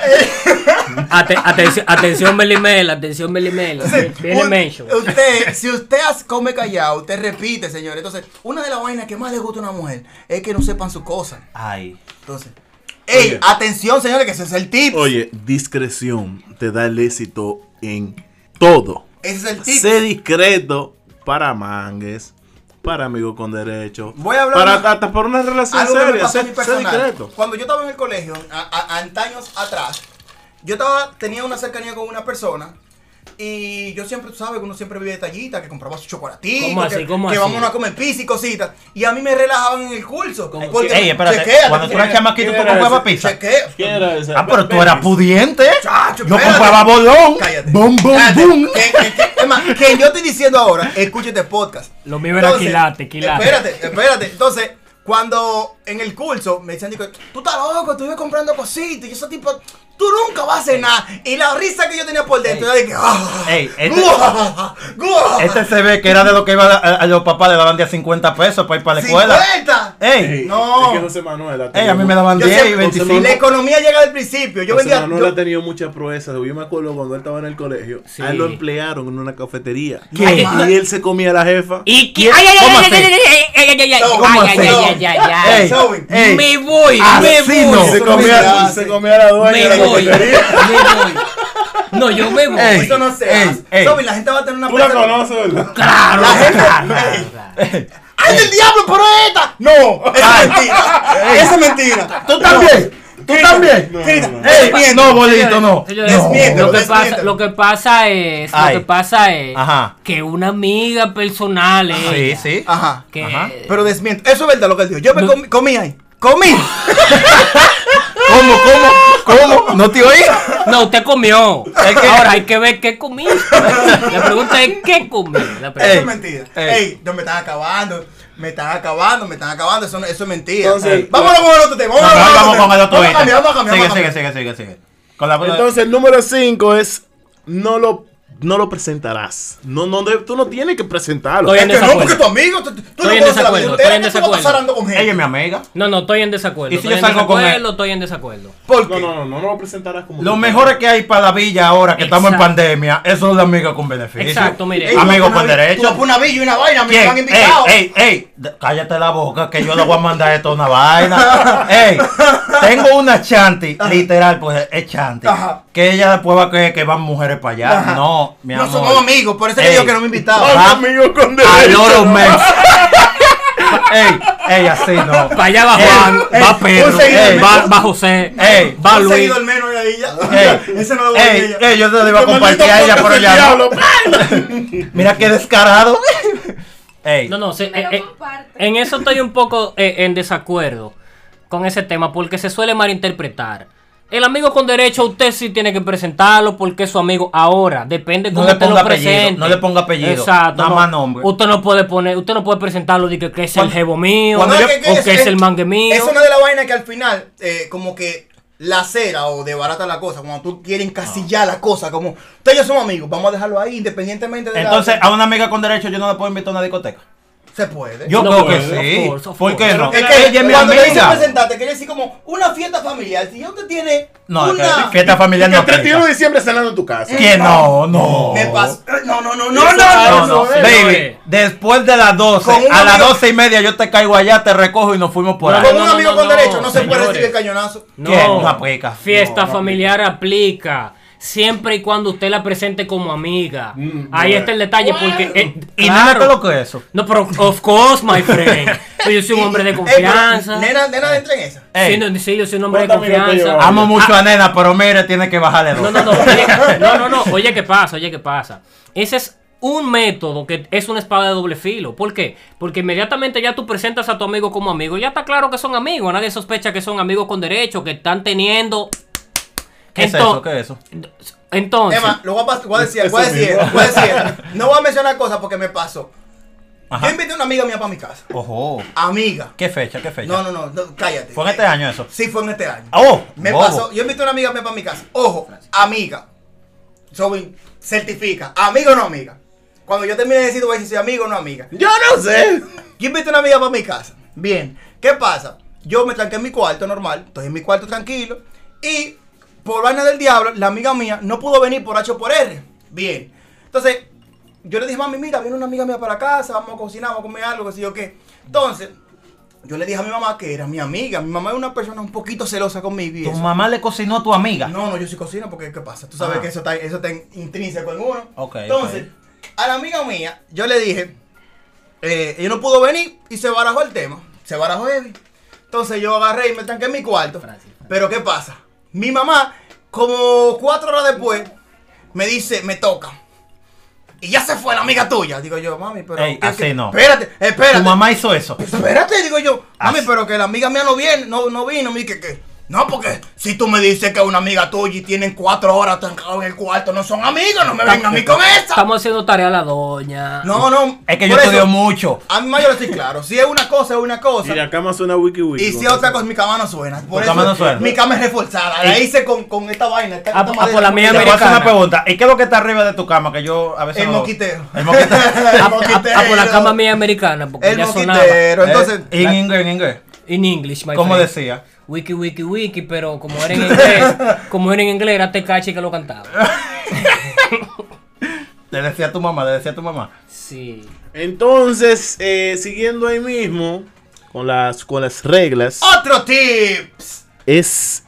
D: Ate- atención, atención, Melimel, atención, Melimel. Viene
B: Un-
D: mention.
B: Usted, si usted as- come callado, usted repite, señores. Entonces, una de las vainas que más le gusta a una mujer es que no sepan sus cosas.
C: Ay.
B: Entonces, ey,
A: Oye.
B: atención, señores, que ese es el tip.
A: Oye, discreción te da el éxito en todo.
B: Ese es el tip.
A: Sé discreto para mangues, para amigos con derecho.
B: Voy a hablar
A: para,
B: una-
A: hasta por una relación
B: Algo que me
A: seria.
B: pasó a
A: Sé,
B: mí
A: sé
B: personal.
A: discreto.
B: Cuando yo estaba en el colegio, a- a- antaños atrás, yo estaba, tenía una cercanía con una persona. Y yo siempre, tú sabes, que uno siempre vive detallita, que compraba su chocolatito,
D: ¿Cómo así?
B: que,
D: ¿Cómo
B: que
D: así?
B: vámonos a comer pizza y cositas. Y a mí me relajaban en el curso.
D: ¿Cómo?
C: Ey, espérate.
B: chequéate,
C: Cuando tú eras
B: chequéate.
C: chamaquito, tú
A: ¿Quién era
C: comprabas
A: ese?
C: pizza.
B: Chequea.
C: Ah, pero tú eras pudiente.
B: Chacho,
C: Yo
B: espérate.
C: compraba bolón.
B: Cállate.
C: Bum, bum,
B: Cállate.
C: bum.
B: Que, que- que- es más, que yo estoy diciendo ahora, escúchate podcast.
D: Lo mío era
B: Entonces,
D: quilate, quilate.
B: Espérate, espérate. Entonces, cuando en el curso me decían, digo, tú estás loco, tú vives comprando cositas. Y yo soy tipo, tú nunca vas a cenar. Y la risa que yo tenía por dentro era de que, ah,
C: Ey, este-
B: guau, guau,
C: Este se ve que era de lo que iba a, a- a los papás le daban de a 50 pesos para ir para la escuela.
B: 50.
C: Ey,
B: No.
A: Es que José Manuel ha
C: ey,
A: tenido
C: a mí me
A: mu-
C: daban
B: Yo
C: 10 y
B: siempre- La
C: 25.
B: economía llega del principio. Yo
A: José
B: vendía.
A: Manuel
B: yo-
A: ha tenido muchas proezas. Yo me acuerdo cuando él estaba en el colegio,
D: Sí.
A: a él lo emplearon en una cafetería.
C: ¿Qué?
A: Y él se comía a la jefa.
D: Y que.
C: ¿Quién?
D: ¡Ay, ay,
C: ¿Cómo
D: ay, ay,
C: así?
D: ay, ay, ay, ay, ay, ay,
B: No,
C: ¿cómo
D: ay, ay,
C: así?
D: ay, ay, ay,
B: Ey,
D: ay! Me voy, me
C: así no.
A: Y
D: voy.
A: se comía, y se comía a la dueña de
D: Me
A: la
D: voy.
A: cafetería.
D: Me voy. No, yo me
C: Ey.
D: voy.
B: Eso no se
C: Ey,
B: hace.
C: ey.
B: Sobi, la gente va a tener una
A: Tú la
B: plaza-
A: conoces, ¿verdad?
D: Claro.
B: La gente-
D: claro.
B: ¡Ay, del diablo, pero es esta! No, esa es mentira. Esa es mentira.
C: Tú también. Tú también.
B: Mira,
A: no,
C: Ey, no, bolito, no.
D: Señores,
C: No.
B: Desmiéntelo,
D: lo, que
B: desmiéntelo.
D: pasa, lo que pasa es,
C: Ay.
D: lo que pasa es
C: Ajá.
D: que una amiga personal
B: Ah,
D: es
C: Sí,
D: ella,
C: sí.
B: Ajá.
D: que
C: Ajá.
B: Pero desmiento. Eso es verdad lo que él dijo. Yo me
D: No.
B: comí, comí ahí. ¡Comí!
C: ¿Cómo, cómo, cómo? ¿No te oí?
D: no, usted comió.
C: Es que-
D: Ahora hay que ver qué comí. La pregunta es qué comí. La pregunta-
B: Eso
C: Ey,
B: es mentira.
C: ey.
B: Ey, no me están acabando. Me están acabando, me están acabando. Eso, no- eso es mentira.
A: Entonces,
B: Ey, vámonos con el otro tema. Vámonos,
C: No, vamos con el otro
B: Vamos a
C: ítem.
B: cambiar, vamos a cambiar.
C: Sigue,
B: vamos a
C: sigue,
B: cambiar.
C: sigue, sigue, sigue. Con la
A: Entonces, el número 5 es no lo no lo presentarás. No, no, de- tú no tienes que presentarlo.
D: Estoy en
B: Es que no,
D: desacuerdo.
B: porque tu amigo, tú, tú no conoces
D: en
B: la
D: desacuerdo,
B: vida
D: estoy en
B: entera, que tú no estás
D: desacuerdo.
B: hablando con
C: Ella es mi
B: gente.
C: amiga.
D: No, no, estoy en
C: ¿Y
D: desacuerdo.
C: si
D: estoy
C: yo
D: en
C: salgo con él?
D: desacuerdo, estoy en desacuerdo.
B: ¿Por
A: No,
B: qué?
A: no, no, no lo presentarás como
C: Lo
A: tú
C: mejor que hay para la villa ahora que estamos en
D: Exacto.
C: pandemia, eso es de amigos con beneficio.
D: Exacto, mire.
B: Ey,
C: Amigos
B: tú vas a
C: con
B: una- Tú vas
C: derecho.
B: por una villa y una vaina, a mí me
C: ¿Quién?
B: han
C: Ey,
B: invitado.
C: ey, ey, d- cállate la boca que yo le voy a mandar esto a una vaina. Ey, tengo una chanti, literal, pues es chanti.
B: Ajá.
C: Que ella después va a creer que van mujeres para allá.
B: Ajá.
C: No, mi
B: No
C: amor.
B: somos amigos, por eso es que
C: Ey.
B: yo que no me he invitado.
A: Ay,
C: Ah.
A: amigo con
C: A
A: derecho.
C: los meses. Ey, ey, así no.
D: Para allá va
C: Ey,
D: Juan,
C: ey,
D: va Pedro,
C: un seguidor
D: ey, va,
C: menos.
D: va José,
C: Ey,
D: va
B: Un
D: Luis.
B: seguidor menos de ahí ya.
C: Ey,
B: Ese no lo voy a
C: Ey,
B: ella.
C: ey, yo te lo iba a
A: Maldito
C: compartir a ella,
A: podcast
C: pero
A: del
C: ya no.
A: diablo.
C: Mira qué descarado. Ey,
D: No, no, sí,
E: Pero
D: eh, eh,
E: comparte.
D: en eso estoy un poco eh, en desacuerdo con ese tema porque se suele malinterpretar. El amigo con derecho, usted sí tiene que presentarlo porque es su amigo. Ahora, depende
C: No
D: cómo
C: le
D: usted
C: ponga
D: lo
C: apellido,
D: presente.
C: no le ponga apellido,
D: Exacto.
C: nada
D: no.
C: más nombre.
D: Usted no puede poner, usted no puede presentarlo de que, que es el
C: Cuando-
D: jevo mío
B: No,
D: o
B: que- que
D: que, es el mangue mío.
B: Es una de las vainas que al final, eh, como que lacera o debarata la cosa, cuando tú quieres encasillar la cosa, como ustedes ya somos amigos, vamos a dejarlo ahí independientemente de la-
C: entonces a una amiga con derecho yo no la puedo invitar a una discoteca.
B: se puede.
C: Yo
D: No
C: creo
D: puede,
C: que
D: of
C: sí.
D: course, of
C: ¿Por qué
D: course.
C: no?
B: es
C: Ella
B: que
C: es mi
B: cuando te dicen
C: amiga.
B: presentarte, quiere decir como una fiesta familiar. Si yo te tiene
C: No, es
B: una
C: que fiesta familiar
A: El
C: no
A: 31 de
C: aplica.
A: diciembre cenando en tu casa.
C: Que no, no.
B: me pasó. No, no, no, no,
A: Eso
B: no,
C: No,
B: no,
C: no,
A: no, no,
C: baby, después de las 12,
B: Con un
C: a las
B: amigo-
C: 12 y media yo te caigo allá, te recojo y nos fuimos por
D: No,
C: ahí.
B: Con
D: no,
B: un
D: no,
B: amigo
D: no,
B: con
D: no,
B: derecho no se puede
D: señores.
B: recibir cañonazo.
C: ¿Quién? No aplica.
D: Fiesta
A: No, no
D: familiar aplica. Siempre y cuando usted la presente como amiga.
A: Mm,
D: Ahí
A: bueno.
D: está el detalle porque eh,
C: Y
D: claro.
C: nada que lo que eso.
D: No, pero of course, my friend. Yo soy un hombre de
B: Ey, Eh, pero,
D: confianza.
B: Nena, nena, entra en esa.
C: Ey,
D: Sí, no, sí, yo soy un hombre de
A: ¿Cuántos amigos te
D: confianza. Ah,
A: llevas?
C: Amo
B: Ah.
C: mucho a Nena, pero mire, tiene que bajarle dos.
D: No, no, no. Oye, no, no, no. Oye, ¿qué pasa? Oye, ¿qué pasa? Ese es un método que es una espada de doble filo. ¿Por qué? Porque inmediatamente ya tú presentas a tu amigo como amigo. Ya está claro que son amigos. Nadie sospecha que son amigos con derecho, que están teniendo.
C: ¿Qué es
D: Enton-
C: eso? ¿Qué es eso?
D: Entonces,
B: Emma, lo voy a, pas- voy a decir,
A: Eso
B: voy a decir,
A: mismo.
B: voy a decir. No voy a mencionar cosas porque me pasó.
C: Ajá.
B: Yo invité a una amiga mía para mi casa.
C: Ojo.
B: Amiga.
C: ¿Qué fecha? ¿Qué fecha?
B: No, no, no, no, cállate.
C: ¿Fue en este año eso?
B: Sí, fue en este año.
C: Oh,
B: me
C: bobo.
B: pasó. Yo invité a una amiga mía para mi casa. Ojo, amiga. Sobin, certifica. Amiga o no amiga. Cuando yo termine de decir, tú vas a decir si amiga o no amiga.
A: Yo no sé.
B: Yo invité a una amiga para mi casa. Bien. ¿Qué pasa? Yo me tranqué en mi cuarto normal. Estoy en mi cuarto tranquilo. Y por vaina del diablo, la amiga mía no pudo venir por H o por R. Bien. Entonces, yo le dije, mami, mira, viene una amiga mía para casa. Vamos a cocinar, vamos a comer algo, qué sé yo qué. Entonces, yo le dije a mi mamá que era mi amiga. Mi mamá es una persona un poquito celosa conmigo. y
C: Tu
B: eso.
C: mamá le cocinó a tu amiga.
B: No, no, yo sí cocino porque ¿qué pasa? Tú sabes
C: Ah.
B: que eso está, eso está intrínseco en uno.
C: Ok,
B: Entonces, a la amiga mía, yo le dije, eh, ella no pudo venir y se barajó el tema. Se barajó heavy. Entonces yo agarré y me tranqué en mi cuarto. Pero ¿qué pasa? Mi mamá, como cuatro horas después, me dice, me toca. Y ya se fue la amiga tuya. Digo yo, mami, pero.
C: Ey,
B: ¿qué-
C: así
B: qué-
C: no.
B: Espérate, espérate.
C: Tu mamá hizo eso.
B: Pues espérate, digo yo, mami,
C: Así.
B: pero que la amiga mía no viene, no, no vino, mi que, que. No, porque si tú me dices que es una amiga tuya y tienen cuatro horas trancados en el cuarto, no son amigos, no me vengan a mí con esa.
D: estamos haciendo tarea a la doña.
B: No, no.
C: Es que yo
B: por eso,
C: estudio mucho.
B: A mi mamá yo le estoy claro. Si es una cosa, es una cosa.
A: Y la cama suena wiki wiki.
B: y si es otra cosa, mi cama no suena. Por
C: Tu
B: eso,
C: cama no suena.
B: Mi cama es reforzada. La hice con, con esta vaina. Esta,
D: Ah,
B: esta
D: ah,
B: madera
D: por la mía
C: Te
B: con-
C: voy a hacer
D: Americana.
C: una pregunta. ¿Y qué es lo que está arriba de tu cama? Que yo a veces.
B: El
C: no lo-
B: moquitero.
C: El moquitero. Ah,
B: El
D: A, a-
B: moquitero.
D: a por la cama mía americana, porque
B: El
D: ya sonaba.
B: moquitero. Entonces.
C: Eh, en inglés, en inglés.
D: In English, my
C: ¿Cómo
D: friend.
C: decía?
D: Wiki, wiki, wiki, pero como era en inglés, como era en inglés, era Tecachi que lo cantaba.
C: Le decía a tu mamá, le decía a tu mamá.
D: Sí.
A: Entonces, eh, siguiendo ahí mismo con las, con las reglas,
B: Otro tips.
A: es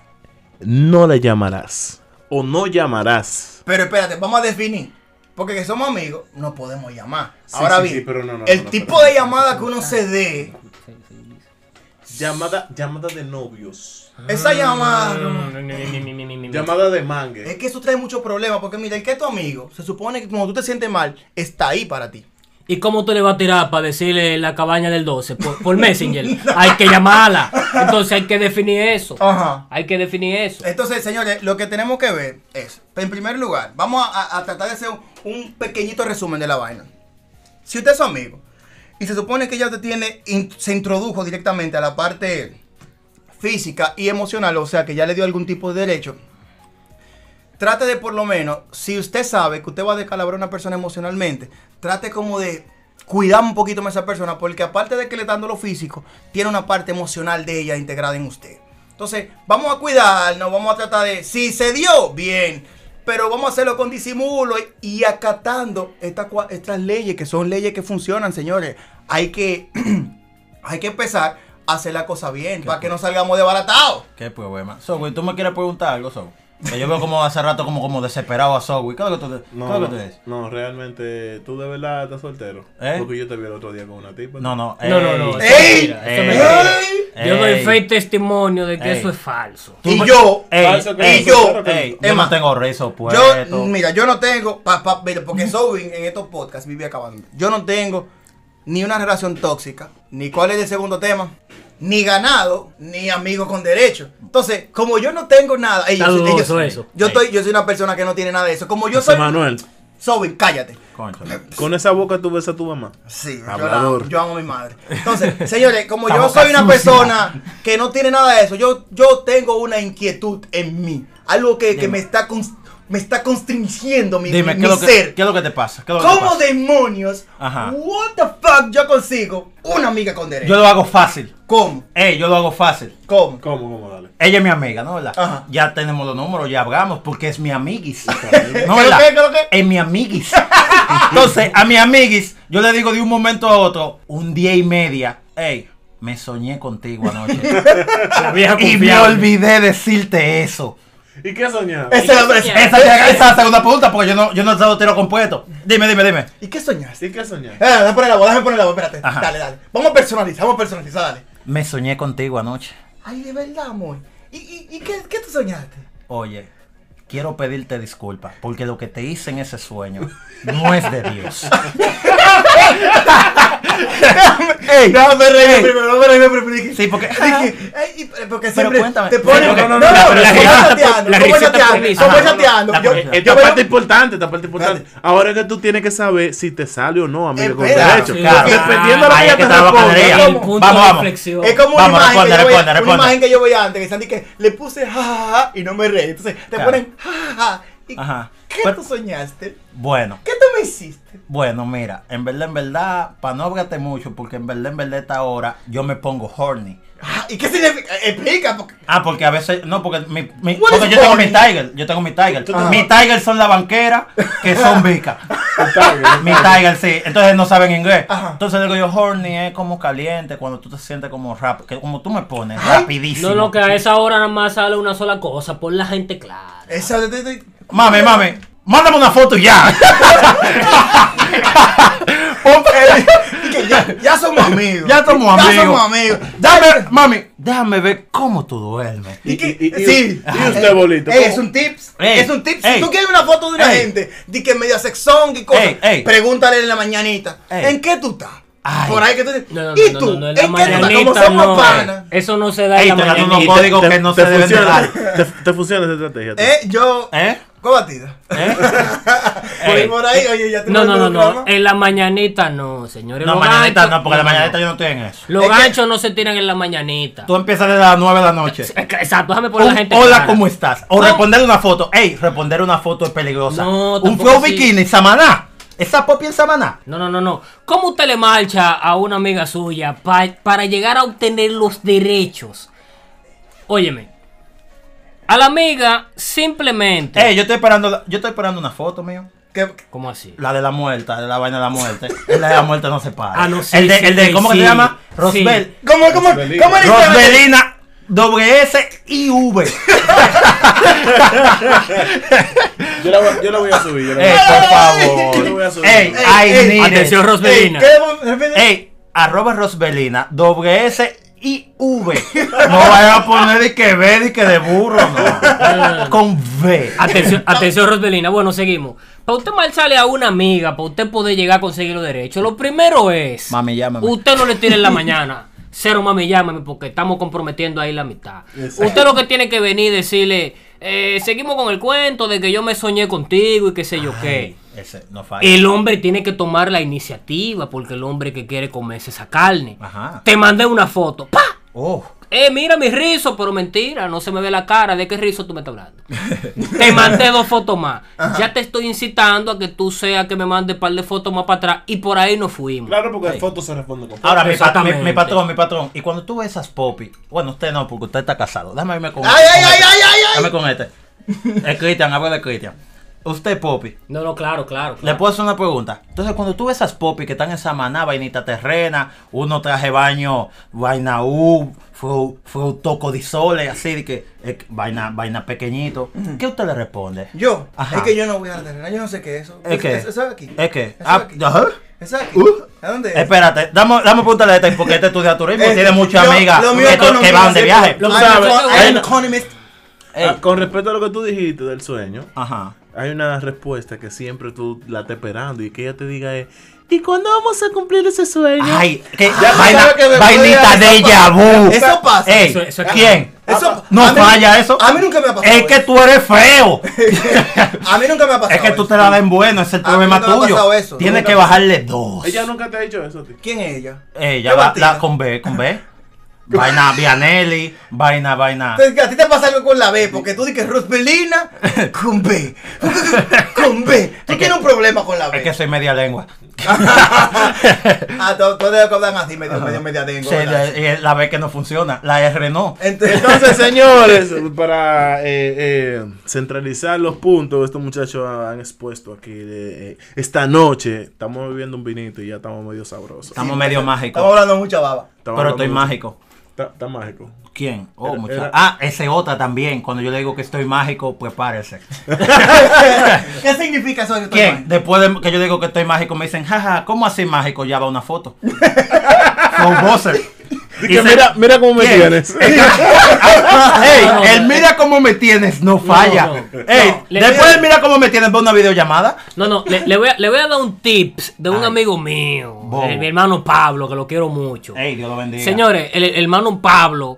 A: no la llamarás o no llamarás.
B: Pero espérate, vamos a definir. Porque que somos amigos, no podemos llamar.
A: Sí,
B: Ahora
A: sí,
B: bien,
A: sí, pero no, no,
B: el
A: no, no,
B: tipo
A: pero-
B: de llamada que uno se dé,
A: Llamada, llamada de novios.
B: esa
C: Ah,
A: Ah.
B: llamada.
D: Mm,
A: Llamada de
B: Es
C: ¿Eh?
A: mangue.
B: que eso trae muchos problemas. Porque mira, el que es tu amigo, se supone que cuando tú te sientes mal, está ahí para ti.
D: ¿Y cómo tú le vas a tirar para decirle la cabaña del 12? Por, por Messenger. Hay que llamarla. Entonces hay que definir eso.
B: Ajá.
D: Hay que definir eso.
B: Entonces, señores, lo que tenemos que ver es, en primer lugar, vamos a, a- a tratar de hacer un, un pequeñito resumen de la vaina. Si usted es su amigo y se supone que ya usted tiene, in- se introdujo directamente a la parte física y emocional, o sea que ya le dio algún tipo de derecho, trate de por lo menos, si usted sabe que usted va a descalabrar a una persona emocionalmente, trate como de cuidar un poquito más a esa persona, porque aparte de que le está dando lo físico, tiene una parte emocional de ella integrada en usted. Entonces, vamos a cuidarnos, vamos a tratar de, si se dio, bien, pero vamos a hacerlo con disimulo y, y acatando estas cua- estas leyes, que son leyes que funcionan, señores. Hay que, hay que empezar a hacer la cosa bien, para que no salgamos desbaratados.
C: Qué problema. Sogui, ¿tú me quieres preguntar algo, Sogui? Que yo veo como hace rato como, como desesperado a Sogui. ¿Qué es lo que tú, qué
A: No,
C: es lo
A: no,
C: que tú dices?
A: no, realmente, tú de verdad estás soltero.
C: ¿Eh?
A: Porque yo te vi el otro día con una tipa.
C: No, no.
D: No, no, no.
C: ey,
D: eso es
B: ¡Ey!
D: mentira, eso es
C: ey,
D: mentira.
C: ey.
D: Yo doy fe y testimonio de que
C: Ey.
D: eso es falso.
C: Tú
B: Y
C: me-
B: yo,
C: Ey,
A: Falso que
C: ey,
B: y yo,
A: soltero, que-
C: ey, yo
B: Emma,
C: no tengo rezo
B: Yo,
C: puesto.
B: mira, yo no tengo, pa, pa, mira, porque Sobin en estos podcasts vive acabando. Yo no tengo ni una relación tóxica, ni cuál es el segundo tema, ni ganado, ni amigo con derecho. Entonces, como yo no tengo nada, ey,
D: Está
B: yo soy- ey, yo
D: dudoso
B: soy-
D: eso.
B: Yo
C: Ey.
B: estoy, yo soy una persona que no tiene nada de eso. Como yo
A: José
B: soy
A: Manuel,
B: Sobin, cállate.
C: Concho.
A: con esa boca tú besas a tu mamá.
B: Sí, yo, la amo,
A: Hablador.
B: yo amo a mi madre. Entonces, señores, como
C: Esta
B: yo
C: boca
B: soy una
C: sucia.
B: persona que no tiene nada de eso, yo, yo tengo una inquietud en mí. Algo que, que me está cons- me está constringiendo mi,
C: Dime,
B: mi-
C: ¿qué es,
B: mi
C: lo que,
B: ser.
C: ¿qué es lo que te pasa? ¿Qué es lo que te
B: ¿Cómo
C: pasa?
B: demonios?
C: Ajá.
B: What the fuck yo consigo una amiga con derecho.
C: Yo lo hago fácil.
B: ¿Cómo?
C: Ey, yo lo hago fácil.
B: ¿Cómo?
A: ¿Cómo, cómo, dale?
C: Ella es mi amiga, ¿no? ¿Verdad?
B: Ajá.
C: Ya tenemos los números, ya hablamos, porque es mi amiguis.
B: ¿Qué
C: ¿No,
B: lo
C: verdad?
B: que, qué lo que?
C: Es mi amiguis. Entonces, a mi amiguis, yo le digo de un momento a otro, un día y media, hey, me soñé contigo anoche.
D: La vieja
C: y me
D: confiable.
C: olvidé decirte eso.
A: ¿Y qué soñaba?
B: Ese es hombre-
D: soñaste?
C: Esa esa es la segunda pregunta, porque yo no, yo no he dado tiro compuesto. Dime, dime, dime.
B: ¿Y qué soñaste?
A: ¿Y qué soñaba?
B: Eh, déjame poner la voz, déjame poner la voz, espérate.
C: Ajá.
B: Dale, dale. Vamos a personalizar, vamos a personalizar, dale.
C: Me soñé contigo anoche.
B: Ay, de verdad, amor. ¿Y, y, y qué, qué tú soñaste?
C: Oye, quiero pedirte disculpas, porque lo que te hice en ese sueño no es de Dios. Ey,
B: Déjame reír primero, déjame reírme primero.
C: Sí, porque-
B: Dije, ay, y- eh, porque
C: Pero
B: siempre
C: cuéntame.
B: te ponen...
C: No, no,
A: no, no,
B: no,
A: pero la
B: estoy
A: risita-
B: chateando,
D: la
B: estoy
D: risita
B: chateando,
D: permite.
B: estoy
C: Ajá, no, no,
B: chateando.
C: la
B: Yo-
C: cuenta.
B: yo
A: Esta
B: veo-
A: parte importante, esta parte importante. Ahora es que tú tienes que saber si te sale o no, amigo, con
B: Espera.
A: derecho.
D: Sí,
C: claro.
A: Porque dependiendo de lo que
C: Ahí es
A: ella
C: que
A: te
C: está la bacanería.
A: responda.
D: El
B: ¿Cómo?
D: punto
C: Vamos,
D: de
C: vamos.
D: inflexión.
B: Es como
C: Vamos,
B: una, imagen
C: responde,
B: que yo veía-
C: responde,
B: una
C: responde.
B: imagen que yo veía antes, que están di que le puse ja, ja, ja, y no me reí. Entonces te
C: Claro.
B: ponen ja, ja, ja, y
C: Ajá.
B: ¿Qué
C: Pero-
B: tú soñaste?
C: Bueno,
B: ¿Qué tú me hiciste?
C: bueno, mira, en verdad, en verdad, para no hablarte mucho, porque en verdad, en verdad, esta hora yo me pongo horny.
B: Ah, ¿Y qué significa? Explica. Porque...
C: Ah, porque a veces, no, porque, mi, mi-
B: What
C: porque
B: is
C: yo tengo mi
B: horny?
C: Tiger, yo tengo mi Tiger.
B: Ah.
C: Mi Tiger son la banquera que son vicas. mi Tiger, sí. Entonces no saben inglés.
B: Ajá.
C: Entonces digo yo, horny es como caliente, cuando tú te sientes como rápido, que como tú me pones,
B: Ay.
C: rapidísimo.
D: No, no, que a esa hora nada más sale una sola cosa, por la gente clara.
B: Esa, de- de- de-
C: Mame, mame, mándame una foto ya.
B: y que ya, ya somos amigos.
C: Ya somos amigos.
B: Ya somos amigos.
C: Dame, mami, déjame ver cómo tú duermes.
A: Y-
B: que-
A: y- y-
B: sí.
A: y usted, bolito,
B: Ey,
A: ¿cómo?
B: es un tips.
C: Ey,
B: es un tips.
C: ey.
B: si tú quieres una foto de una
C: Ey.
B: gente, di que media sexón y cosas,
C: Ey, ey.
B: pregúntale en la mañanita.
C: Ey.
B: ¿En qué tú estás?
C: Ay.
B: Por ahí que tú dices,
D: No, no,
B: ¿Y
D: no,
B: tú?
D: no, no, en
B: ¿En
D: la
B: qué tú estás? Como
D: mañanita
B: somos
D: no. eh.
B: panas.
D: Eso no se da
C: Ey,
D: en la
C: te ganó unos
D: mañanita.
C: códigos. Digo que no se deben de
A: funciona,
C: dar.
A: te, te funciona esa estrategia.
B: Eh, yo.
C: ¿Eh?
B: ¿Cómo batida?
C: ¿Eh?
B: Por,
C: Ey.
B: por ahí, oye, ya te
D: No,
B: lo-
D: no, no,
B: te lo
D: no.
B: clamo.
D: En la mañanita no, señores.
C: No,
D: Los
C: mañanita
D: ganchos-
C: no, porque la
D: no,
C: mañanita
D: no.
C: yo no estoy en eso.
D: Los
B: Es que-
D: ganchos no se tiran en la mañanita.
C: Tú empiezas desde las 9 de la noche.
D: Exacto, déjame
C: Un
D: poner la gente.
C: hola,
D: clara.
C: ¿cómo estás? O
D: No.
C: responder una foto. Ey, responder una foto es peligrosa.
D: No,
C: Un
D: tampoco
C: flow
D: así.
C: bikini, samaná. Esa popi en samaná.
D: No, no, no, no. ¿Cómo usted le marcha a una amiga suya pa- para llegar a obtener los derechos? Óyeme. A la amiga simplemente.
C: Ey, yo estoy esperando, la- yo estoy esperando una foto, mío.
B: Que-
D: ¿Cómo así?
C: La de la muerte, la de la vaina de la muerte. El de la muerte no se para.
D: Ah, no, sí,
C: El de,
D: sí,
C: el de
D: sí,
C: ¿cómo que
D: sí.
C: se llama?
D: Sí.
C: Rosbel.
B: ¿Cómo, cómo, cómo
A: Rosbelina.
B: le hicieron?
C: Rosbelina, doble S y V.
A: Yo, la voy, yo la voy a subir. Yo la voy
C: Ey,
A: a subir.
C: por favor.
A: Yo la voy a subir.
C: Ey,
B: Ey, ey,
C: ay,
D: Atención,
B: Ey,
D: Rosbelina.
B: ¿qué debo- repite?
C: Ey, arroba Rosbelina, doble S y V. No vaya a poner y que B y que de burro, no. Con V.
D: Atención, atención Rosbelina. Bueno, seguimos. Para usted marcharle a una amiga, para usted poder llegar a conseguir los derechos, lo primero es.
C: Mami, llámame.
D: Usted no le tire en la mañana. Cero mami, llámame porque estamos comprometiendo ahí la mitad.
A: Exacto.
D: Usted lo que tiene que venir y decirle. eh, seguimos con el cuento de que yo me soñé contigo y qué sé yo qué.
C: Ese no falla.
D: El hombre tiene que tomar la iniciativa porque el hombre que quiere comerse esa carne.
C: Ajá.
D: Te mandé una foto. ¡Pa!
C: Oh,
D: Eh, mira mi rizo, pero mentira, no se me ve la cara. ¿De qué rizo tú me estás hablando? te mandé dos fotos más. Ya te estoy incitando a que tú seas que me mande un par de fotos más para atrás. Y por ahí nos fuimos.
A: Claro, porque las fotos se responden con fotos.
C: Ahora, mi, pat- mi,
D: Exactamente.
C: mi patrón, mi patrón. Y cuando tú ves esas popis, bueno, usted no, porque usted está casado. Déjame irme con
B: Ay,
C: este,
B: ay,
C: con
B: ay,
C: este.
B: ay, ay, ay.
C: Déjame con este. Es Cristian, habla de Cristian. Usted, popi.
D: No, no, claro, claro.
C: Le
D: claro.
C: puedo hacer una pregunta. Entonces, cuando tú ves esas popis que están en Samaná, vainita terrena, uno traje baño, vaina U, fue, fue un toco de sole, así de que eh, vaina, vaina pequeñito. ¿Qué usted le responde?
B: Yo,
C: Ajá.
B: es que yo no voy a la terrena, yo no sé qué es eso.
C: ¿Es qué?
B: Eso es aquí.
C: ¿Es qué?
B: Eso es
C: Ah,
B: aquí.
C: ajá.
B: Eso es aquí.
C: Uh.
B: ¿A dónde es?
C: Espérate, dame, dame pregúntale a este, porque este estudia turismo,
B: Eh,
C: tiene muchas
B: yo-
C: amigas
B: lo mío
C: que,
B: economía,
C: que van de
B: sí,
C: viaje.
B: pero-
A: Lo
B: I'm
A: sabes,
B: eco-
D: hay
B: I'm
D: una-
B: economist.
C: Ey,
A: Ah, Con respecto a lo que tú dijiste del sueño,
C: Ajá.
A: hay una respuesta que siempre tú la estás esperando y que ella te diga es, ¿y cuándo vamos a cumplir ese sueño?
C: Ay, que
A: Ya tú
C: vaina,
A: sabes que después
C: vainita
A: de
C: de
A: eso pasa.
C: Yabu.
B: Eso pasa.
C: Ey,
D: Eso- eso es-
C: ¿quién?
B: Eso-
C: no
B: a mí-
C: falla eso.
B: a mí nunca me ha pasado
C: Es que
B: eso.
C: tú eres feo.
B: A mí nunca me ha pasado
C: es que tú
B: eso.
C: te la den bueno, ese es el
B: A mí
C: problema
B: nunca me ha
C: tuyo.
B: pasado eso.
C: Tienes
B: Nunca
C: que
B: me-
C: bajarle dos.
A: Ella nunca te ha dicho eso, tío.
B: ¿Quién es ella?
C: Ey, ya
B: ¿Qué
C: va,
B: batida?
C: la- con B, con B. Vaina Vianelli, vaina, vaina.
B: Entonces, a ti te pasa algo con la B, porque tú dices Rospelina con B. con B. Tú
C: que-
B: tienes un problema con la B.
C: Es que soy media lengua.
B: ah, todos te acuerdan así, medio, medio, media tengo. Eh,
C: Sí,
B: ¿verdad?
C: la- y la B que no funciona, la R no.
B: Entonces,
A: Entonces, señores, para eh, eh, centralizar los puntos, estos muchachos han expuesto aquí de, eh, esta noche. Estamos bebiendo un vinito y ya estamos medio sabrosos.
C: Estamos medio
B: eh, estamos
C: mágicos.
B: hablando de mucha baba.
A: Estamos
C: Pero estoy
A: hablando-
C: mágico.
A: Está, está mágico.
C: ¿Quién? Oh,
A: Era-
C: muchacho.
A: era-
C: Ah, ese otra también. Cuando yo le digo que estoy mágico, pues prepárese.
B: ¿Qué significa eso? que tú
C: ¿Quién?
B: tomas?
C: Después de que yo digo que estoy mágico, me dicen, jaja, ¿cómo así mágico? Ya va una foto. Con voces.
A: Y que mira, mira cómo me
C: ¿Quién?
A: tienes.
C: "Ah, Ey,
D: no,
C: el
D: no,
C: mira cómo me tienes eh, no falla.
D: no, no.
C: Ey,
D: Le-
C: después del mira cómo me tienes, ve una videollamada.
D: No, no, le, le voy a, le voy a dar un tips de un
C: Ay.
D: amigo mío,
C: Bobo. Eh,
D: de mi hermano Pablo, que lo quiero mucho.
C: Ey, Dios lo bendiga.
D: Señores, el, el hermano Pablo,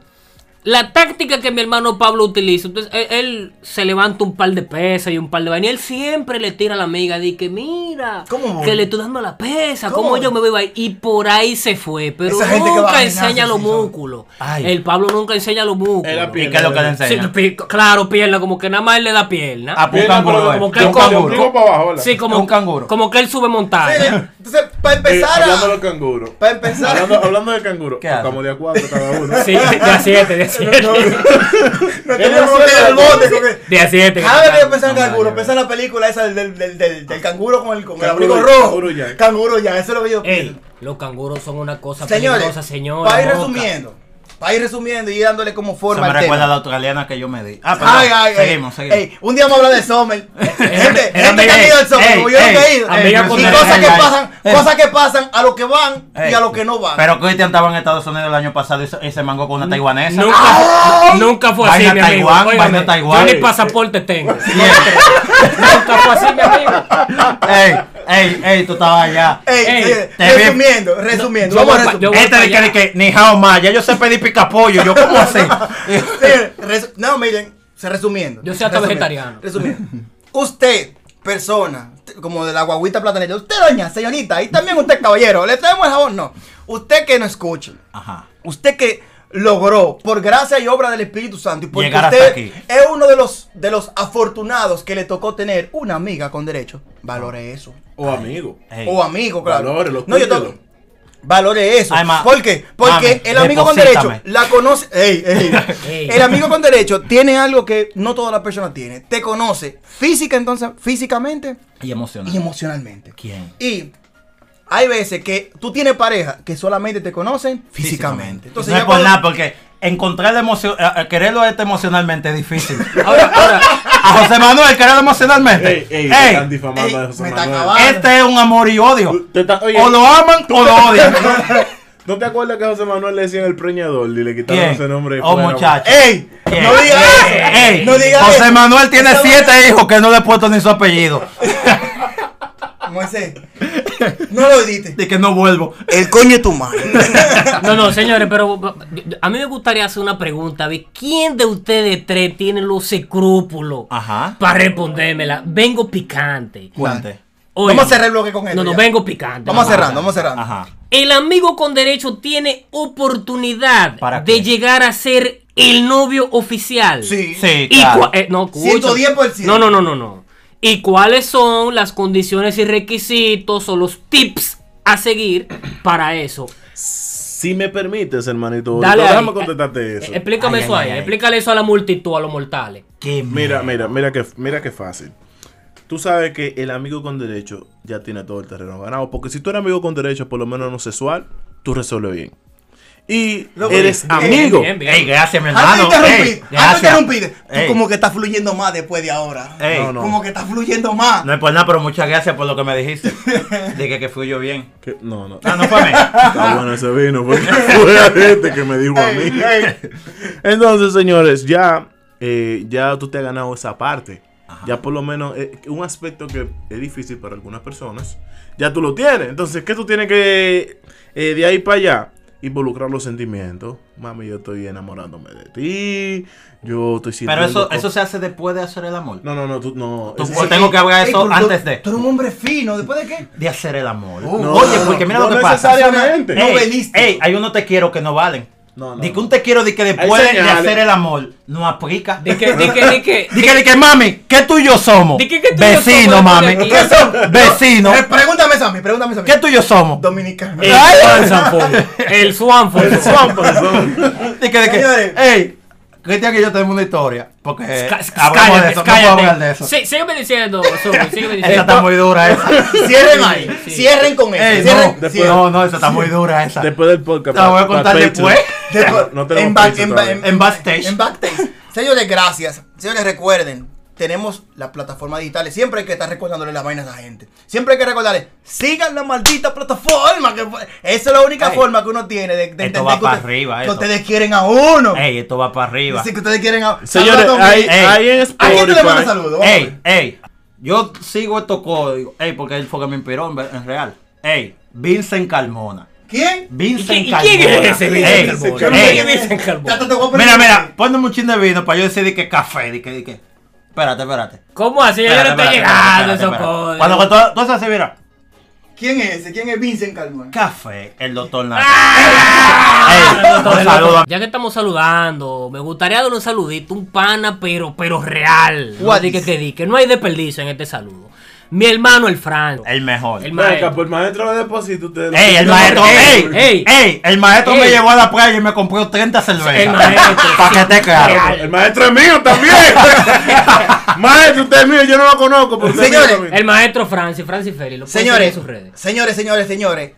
D: la táctica que mi hermano Pablo utiliza, entonces él, él se levanta un par de pesas y un par de vainas, y él siempre le tira a la amiga, de que mira,
B: ¿Cómo voy?
D: que le estoy dando la pesa, ¿cómo,
B: ¿Cómo
D: yo
B: voy?
D: me voy a ir? Y por ahí se fue, pero
B: Esa gente que va a
D: nunca
B: gimnasio,
D: enseña los
B: sí, son-
D: músculos.
C: Ay.
D: El Pablo nunca enseña los músculos.
A: Era
C: ¿Y qué es lo que le
D: Sí,
C: enseña?
D: pi- claro, pierna, como que nada más él le da pierna.
C: A un
A: Mira,
C: canguro.
A: como-
C: eh.
D: como que
C: Un
D: el coño,
C: canguro.
A: Digo para abajo, hola.
D: Sí, como,
C: Un canguro.
D: como que él sube montaña.
B: Sí, Entonces, para
A: Eh,
B: empezar
A: hablando de los
B: a.
A: canguros.
B: Para empezar.
A: Hablando, hablando de canguros.
C: ¿Qué hace?
A: Como de a cuatro cada uno.
D: Sí, de a 7, de a 7.
B: No
A: Él
B: tenemos
A: no
B: que ir al
A: sabe.
B: bote con él.
D: De a 7.
B: Cada vez que yo pensaba en
C: no,
B: canguro,
C: no,
B: pensaba en la película esa del, del, del, del, del canguro con el, con el
A: Canguro
B: abrigo
A: ya,
B: rojo.
A: canguro ya.
B: Canguro ya, eso es lo que yo pienso.
D: Ey, los canguros son una cosa peligrosa,
B: Señores,
D: señores.
B: para ir
D: loca.
B: resumiendo, para ir resumiendo y dándole como
C: Se
B: forma
C: me
B: al tema.
C: recuerda a la australiana que yo me di. Ah, perdón.
B: Ay, ay, ay.
C: seguimos, seguimos.
B: Ey, un día vamos a hablar de Sommer. gente,
C: era
B: gente que
C: amiga,
B: ha ido al Sommer,
C: ey,
B: como yo nunca he
C: ey,
B: ido.
D: amiga
B: y
D: con
B: cosas
D: el-
B: que
C: ay,
B: pasan,
C: ay.
B: cosas que pasan a los que van
C: Ey.
B: y a los que no van.
C: Pero Cristian estaba en Estados Unidos el año pasado y se, y se mangó con una taiwanesa.
D: Nunca, nunca fue así,
C: Vaina
D: mi amigo.
C: Taiwán,
D: Óigame,
C: vaina Taiwán.
D: Yo ni pasaporte tengo.
C: Siempre.
D: nunca fue así, mi amigo.
C: este. ey, ey, ey, tú estabas allá.
B: Ey,
D: Ey,
B: ey,
C: te vi-
B: resumiendo, resumiendo,
D: yo
B: vamos
D: voy
B: a
D: pa-
B: resumir.
D: yo voy
C: Este
D: pa'
C: de que,
D: allá.
C: de que ni jao más, ya yo sé pedir picapollo, yo cómo así.
B: Miren, Este, resu- no, miren, se resumiendo.
D: Yo soy hasta
B: Resumiendo,
D: vegetariano.
B: Resumiendo. Usted, persona, como de la guaguita platanera, usted, doña, señorita, y también usted, caballero, ¿le traemos el jabón? No. Usted que no escucha,
C: Ajá.
B: usted que logró, por gracia y obra del Espíritu Santo, y porque
C: Llegar hasta
B: usted
C: aquí.
B: es uno de los, de los afortunados que le tocó tener una amiga con derecho, valore eso.
A: O amigo.
C: Ey.
B: O amigo, claro.
A: Valórelo,
B: no, yo
A: cuídelo.
B: to- Valore eso.
C: Además,
B: ¿Por qué? Porque
C: mami,
B: el amigo con derecho
C: deposítame.
B: la conoce. Ey, ey.
D: Ey.
B: El amigo con derecho tiene algo que no todas las personas tienen. Te conoce física, entonces, físicamente
C: Y emocionado.
B: y emocionalmente.
C: ¿Quién?
B: Y hay veces que tú tienes pareja que solamente te conocen físicamente.
C: no es
B: ya
C: por
B: cuando-
C: nada, porque encontrar la emoción, a- a quererlo a este emocionalmente es difícil.
D: Ahora, ahora,
C: A José Manuel, quererlo emocionalmente.
A: Ey, ey, te
C: Ey,
A: están difamando
B: Ey,
A: a José
B: me está
A: Manuel.
B: acabando.
C: este es un amor y odio.
A: Te está- oye,
C: O lo aman o lo odian.
A: ¿No te acuerdas que a José Manuel le decían el preñador y le quitaron
C: ¿Quién?
A: ese nombre?
C: Oh,
A: fuera?
C: muchacho.
B: ¡Ey!
C: ¿Quién?
B: ¡No digas eso!
C: Ey,
B: ¡No digas
C: José
B: eso!
C: Manuel tiene
B: Esa
C: siete hijos que no le he puesto ni su apellido.
B: Moisés, no lo edite.
C: De que no vuelvo.
B: El coño es tu madre.
D: no, no, señores, pero a mí me gustaría hacer una pregunta. de ¿Quién de ustedes tres tiene los escrúpulos
C: Ajá.
D: para respondérmela? Vengo picante.
C: Cuente.
D: Óigame.
B: Vamos a cerrar el bloque con esto
D: No, no,
B: ya.
D: vengo picante.
B: Vamos
D: mamá.
B: cerrando, vamos cerrando.
C: Ajá.
D: El amigo con derecho tiene oportunidad
C: ¿Para
D: de
C: qué?
D: llegar a ser el novio oficial.
B: Sí.
C: Sí,
D: Y
C: claro.
D: cua- eh, no, escucha.
B: 110%.
D: No, no, no, no, no. ¿Y cuáles son las condiciones y requisitos o los tips a seguir para eso?
A: Si me permites, hermanito,
D: Dale ahí.
A: déjame contestarte eso.
D: Eh, Explícame
C: Ay,
D: eso
C: ay,
D: ahí,
C: ay, ay.
D: explícale eso a la multitud, a los mortales.
C: Qué
A: Mira, mira,
C: mierda.
A: mira que, mira que fácil. Tú sabes que el amigo con derecho ya tiene todo el terreno ganado. Porque si tú eres amigo con derecho, por lo menos no sexual, tú resuelves bien. Y
B: Loco,
A: eres
B: bien,
A: amigo.
D: bien, bien.
C: Ey, gracias, mi
B: Antes de
C: hermano. Ah, Ey,
B: interrumpir, antes de
C: gracias.
B: interrumpir, Ah, tú
C: Ey,
B: como que estás fluyendo más después de ahora.
C: ey,
A: No, no.
B: Como que estás fluyendo más.
C: No es por nada, pero muchas gracias por lo que me dijiste. Dije que fui yo bien.
A: Que- no, no.
C: Ah, no fue a mí.
A: Está bueno ese vino porque fue la gente que me dijo a mí. Entonces, señores, ya, eh, ya tú te has ganado esa parte. Ya por lo menos eh, un aspecto que es difícil para algunas personas, ya tú lo tienes. Entonces, ¿qué tú tienes que eh, de ahí para allá? Involucrar los sentimientos. Mami, yo estoy enamorándome de ti. Yo estoy
C: Pero
A: sintiendo.
C: eso,
A: co-
C: eso se hace después de hacer el amor.
A: No, no, no, tú no.
C: Tú
A: Ese-
C: puedes- tengo que hablar eso
B: pero
C: antes
B: tú-
C: de.
B: Tú eres un hombre fino, ¿después de qué?
C: De hacer el amor.
B: No,
C: Oye, porque mira
A: no
C: lo que pasa.
A: necesariamente.
B: No
C: Ey,
B: veniste.
C: ey, hay unos te quiero que no valen.
A: No, no,
C: Di que
A: no.
C: un te quiero, di que después de
A: señales.
C: hacer el amor, no aplica.
D: Di que, di que, di que.
C: Di que, di que, mami, que tú y yo somos.
D: Di que- que tú y yo
C: Vecino,
D: somos,
C: mami.
D: mami.
C: ¿Qué son? Vecino.
B: Eh, pregúntame eso a mí, pregúntame eso a mí.
C: ¿Qué tú y yo somos?
B: Dominicano.
D: El Swanson, el
A: El
D: Swanson.
A: swamp, el swamp.
C: Di que, di
B: Señores.
C: que. Ey, Cristian que yo tenemos una historia. Porque eh, hablamos de
D: Cállate,
C: eso, no puedo hablar de
D: cállate.
C: eso.
D: Sí, sígueme diciendo, Sobe, sígueme
C: Esa está
D: diciendo.
C: muy dura esa.
B: Cierren ahí.
D: Sí.
B: Cierren con eso.
C: Ey,
B: cierren,
C: no,
A: después-
B: cierren.
C: no, no, esa está muy dura esa.
A: Después del podcast.
C: La voy a
A: pa- pa
C: contar
A: Patreon.
C: después.
B: Después-
A: No tenemos
B: en, back-
A: prisa
B: en,
A: todavía.
B: ba-
C: En backstage.
B: En backstage. Señores, gracias. Señores, recuerden, tenemos las plataformas digitales. Siempre hay que estar recordándole las vainas a la gente. Siempre hay que recordarle, sigan la maldita plataforma. Que fue- esa es la única
C: Ey.
B: forma que uno tiene de, de
C: Esto va
B: que,
C: pa'
B: usted-
C: arriba,
B: que
C: esto.
B: ustedes quieren a uno.
C: Ey, esto va para arriba.
B: Así que ustedes quieren a
A: Señores,
B: Saludos,
A: ahí,
B: Domingo.
C: Ey.
A: ahí en
B: ¿A quién tú le mandas
A: Spotify.
B: saludos? Vamos a ver.
C: Ey, ey, yo sigo estos códigos. Ey, porque él fue que me inspiró en, ver- en real. Ey, Vincent Carmona.
B: ¿Quién?
C: Vincent
D: ¿Y
C: Carmona.
D: quién es ese
C: Ey,
D: Vincent Carmona?
A: Carmona.
C: ey,
D: ¿Quién es Vincent Carmona?
B: Ya te- te voy a poner-
C: Mira, mira, ponme un chin de vino para yo decir de que café, de que, de que. Espérate, espérate.
D: ¿Cómo así? Yo no
C: Espérate, espérate,
D: estoy llegando,
C: espérate,
D: esos
C: espérate.
D: códigos.
C: Cuando cuando tú haces así, mira.
B: ¿Quién es ese? ¿Quién es Vincent Calmón?
C: Café, el doctor Nato.
D: Ah.
C: Ey, un saludo a
D: Ya que estamos saludando, me gustaría dar un saludito, un pana, pero, pero real. No
B: What
D: di que,
B: is-
D: que di que no hay desperdicio en este saludo. Mi hermano el Franco.
C: el mejor.
D: El
A: Venga,
D: maestro.
A: por maestro de depósito. ustedes-
C: Ey, el
A: No,
C: maestro,
A: no,
C: ey,
A: no.
C: ey, ey, el maestro me
D: Ey.
C: llevó a la playa y me compró 30
D: El
C: cervezas.
D: maestro.
C: Para que esté claro.
D: Real.
A: El maestro es mío también. maestro, usted es mío, yo no lo conozco. Pero usted es mío
B: Señores,
A: también.
D: El maestro Francis, Francis Félix. Lo pueden seguir en
B: Señores,
D: sus redes.
B: señores, señores, señores,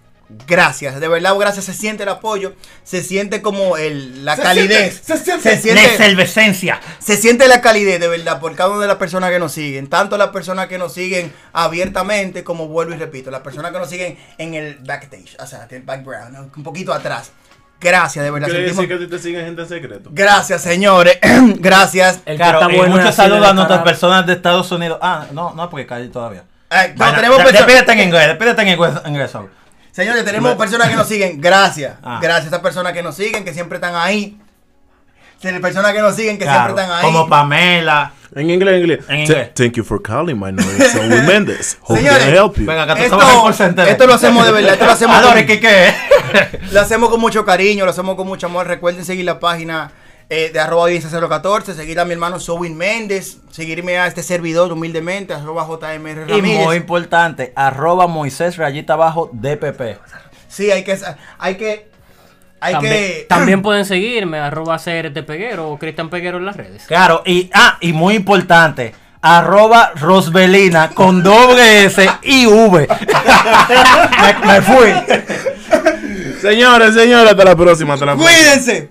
B: gracias. De verdad, gracias. Se siente el apoyo, se siente como el, la
A: Se
B: calidez.
A: siente, se siente.
C: De cervecencia.
B: se siente la calidez, de verdad, por cada una de las personas que nos siguen. Tanto las personas que nos siguen abiertamente, como vuelvo y repito, las personas que nos siguen en el backstage, o sea, el background, ¿no? un poquito atrás. Gracias, de verdad.
A: ¿Quiere decir
B: sentimos-
A: que a ti te siguen gente en secreto?
B: Gracias, señores. gracias.
D: El que
C: Claro,
D: está
C: y
D: bueno
C: muchos
D: así de
C: saludos a nuestras
D: descarado.
C: personas de Estados Unidos. Ah, no, no, porque caí todavía.
B: Eh, no,
C: Bueno,
B: tenemos
C: de-
B: personas-
C: Despídete en inglés, despídete en inglés. en inglés, Saúl.
B: Señores, tenemos personas que nos siguen. Gracias.
C: Ah.
B: Gracias a estas personas que nos siguen, que siempre están ahí. Tiene Personas que nos siguen, que
C: Claro,
B: siempre están ahí.
C: como Pamela.
A: En inglés, en inglés.
C: En
A: Th-
C: inglés.
A: Thank you for calling, my name is Saúl Méndez. Hope
B: Señores,
A: I help you.
C: Venga, que tú trabajas en call
B: esto,
C: center.
B: esto lo hacemos de verdad, esto lo hacemos,
C: Adore, ¿qué
B: con,
C: qué es?
B: lo hacemos con mucho cariño, lo hacemos con mucho amor. Recuerden seguir la página eh, de arroba audiencia 014, seguir a mi hermano Sowin Méndez, seguirme a este servidor humildemente, arroba JMR
C: Y muy
B: Ramírez.
C: importante, arroba Moisés rayita abajo DPP.
B: Sí, hay que, hay que, hay
D: También,
B: que.
D: también pueden seguirme, arroba CRT Peguero o Cristian Peguero en las redes.
C: Claro, y ah, y muy importante, arroba Rosbelina con doble S y V. me, me fui.
A: Señores, señores, hasta la próxima. Hasta la próxima.
B: Cuídense.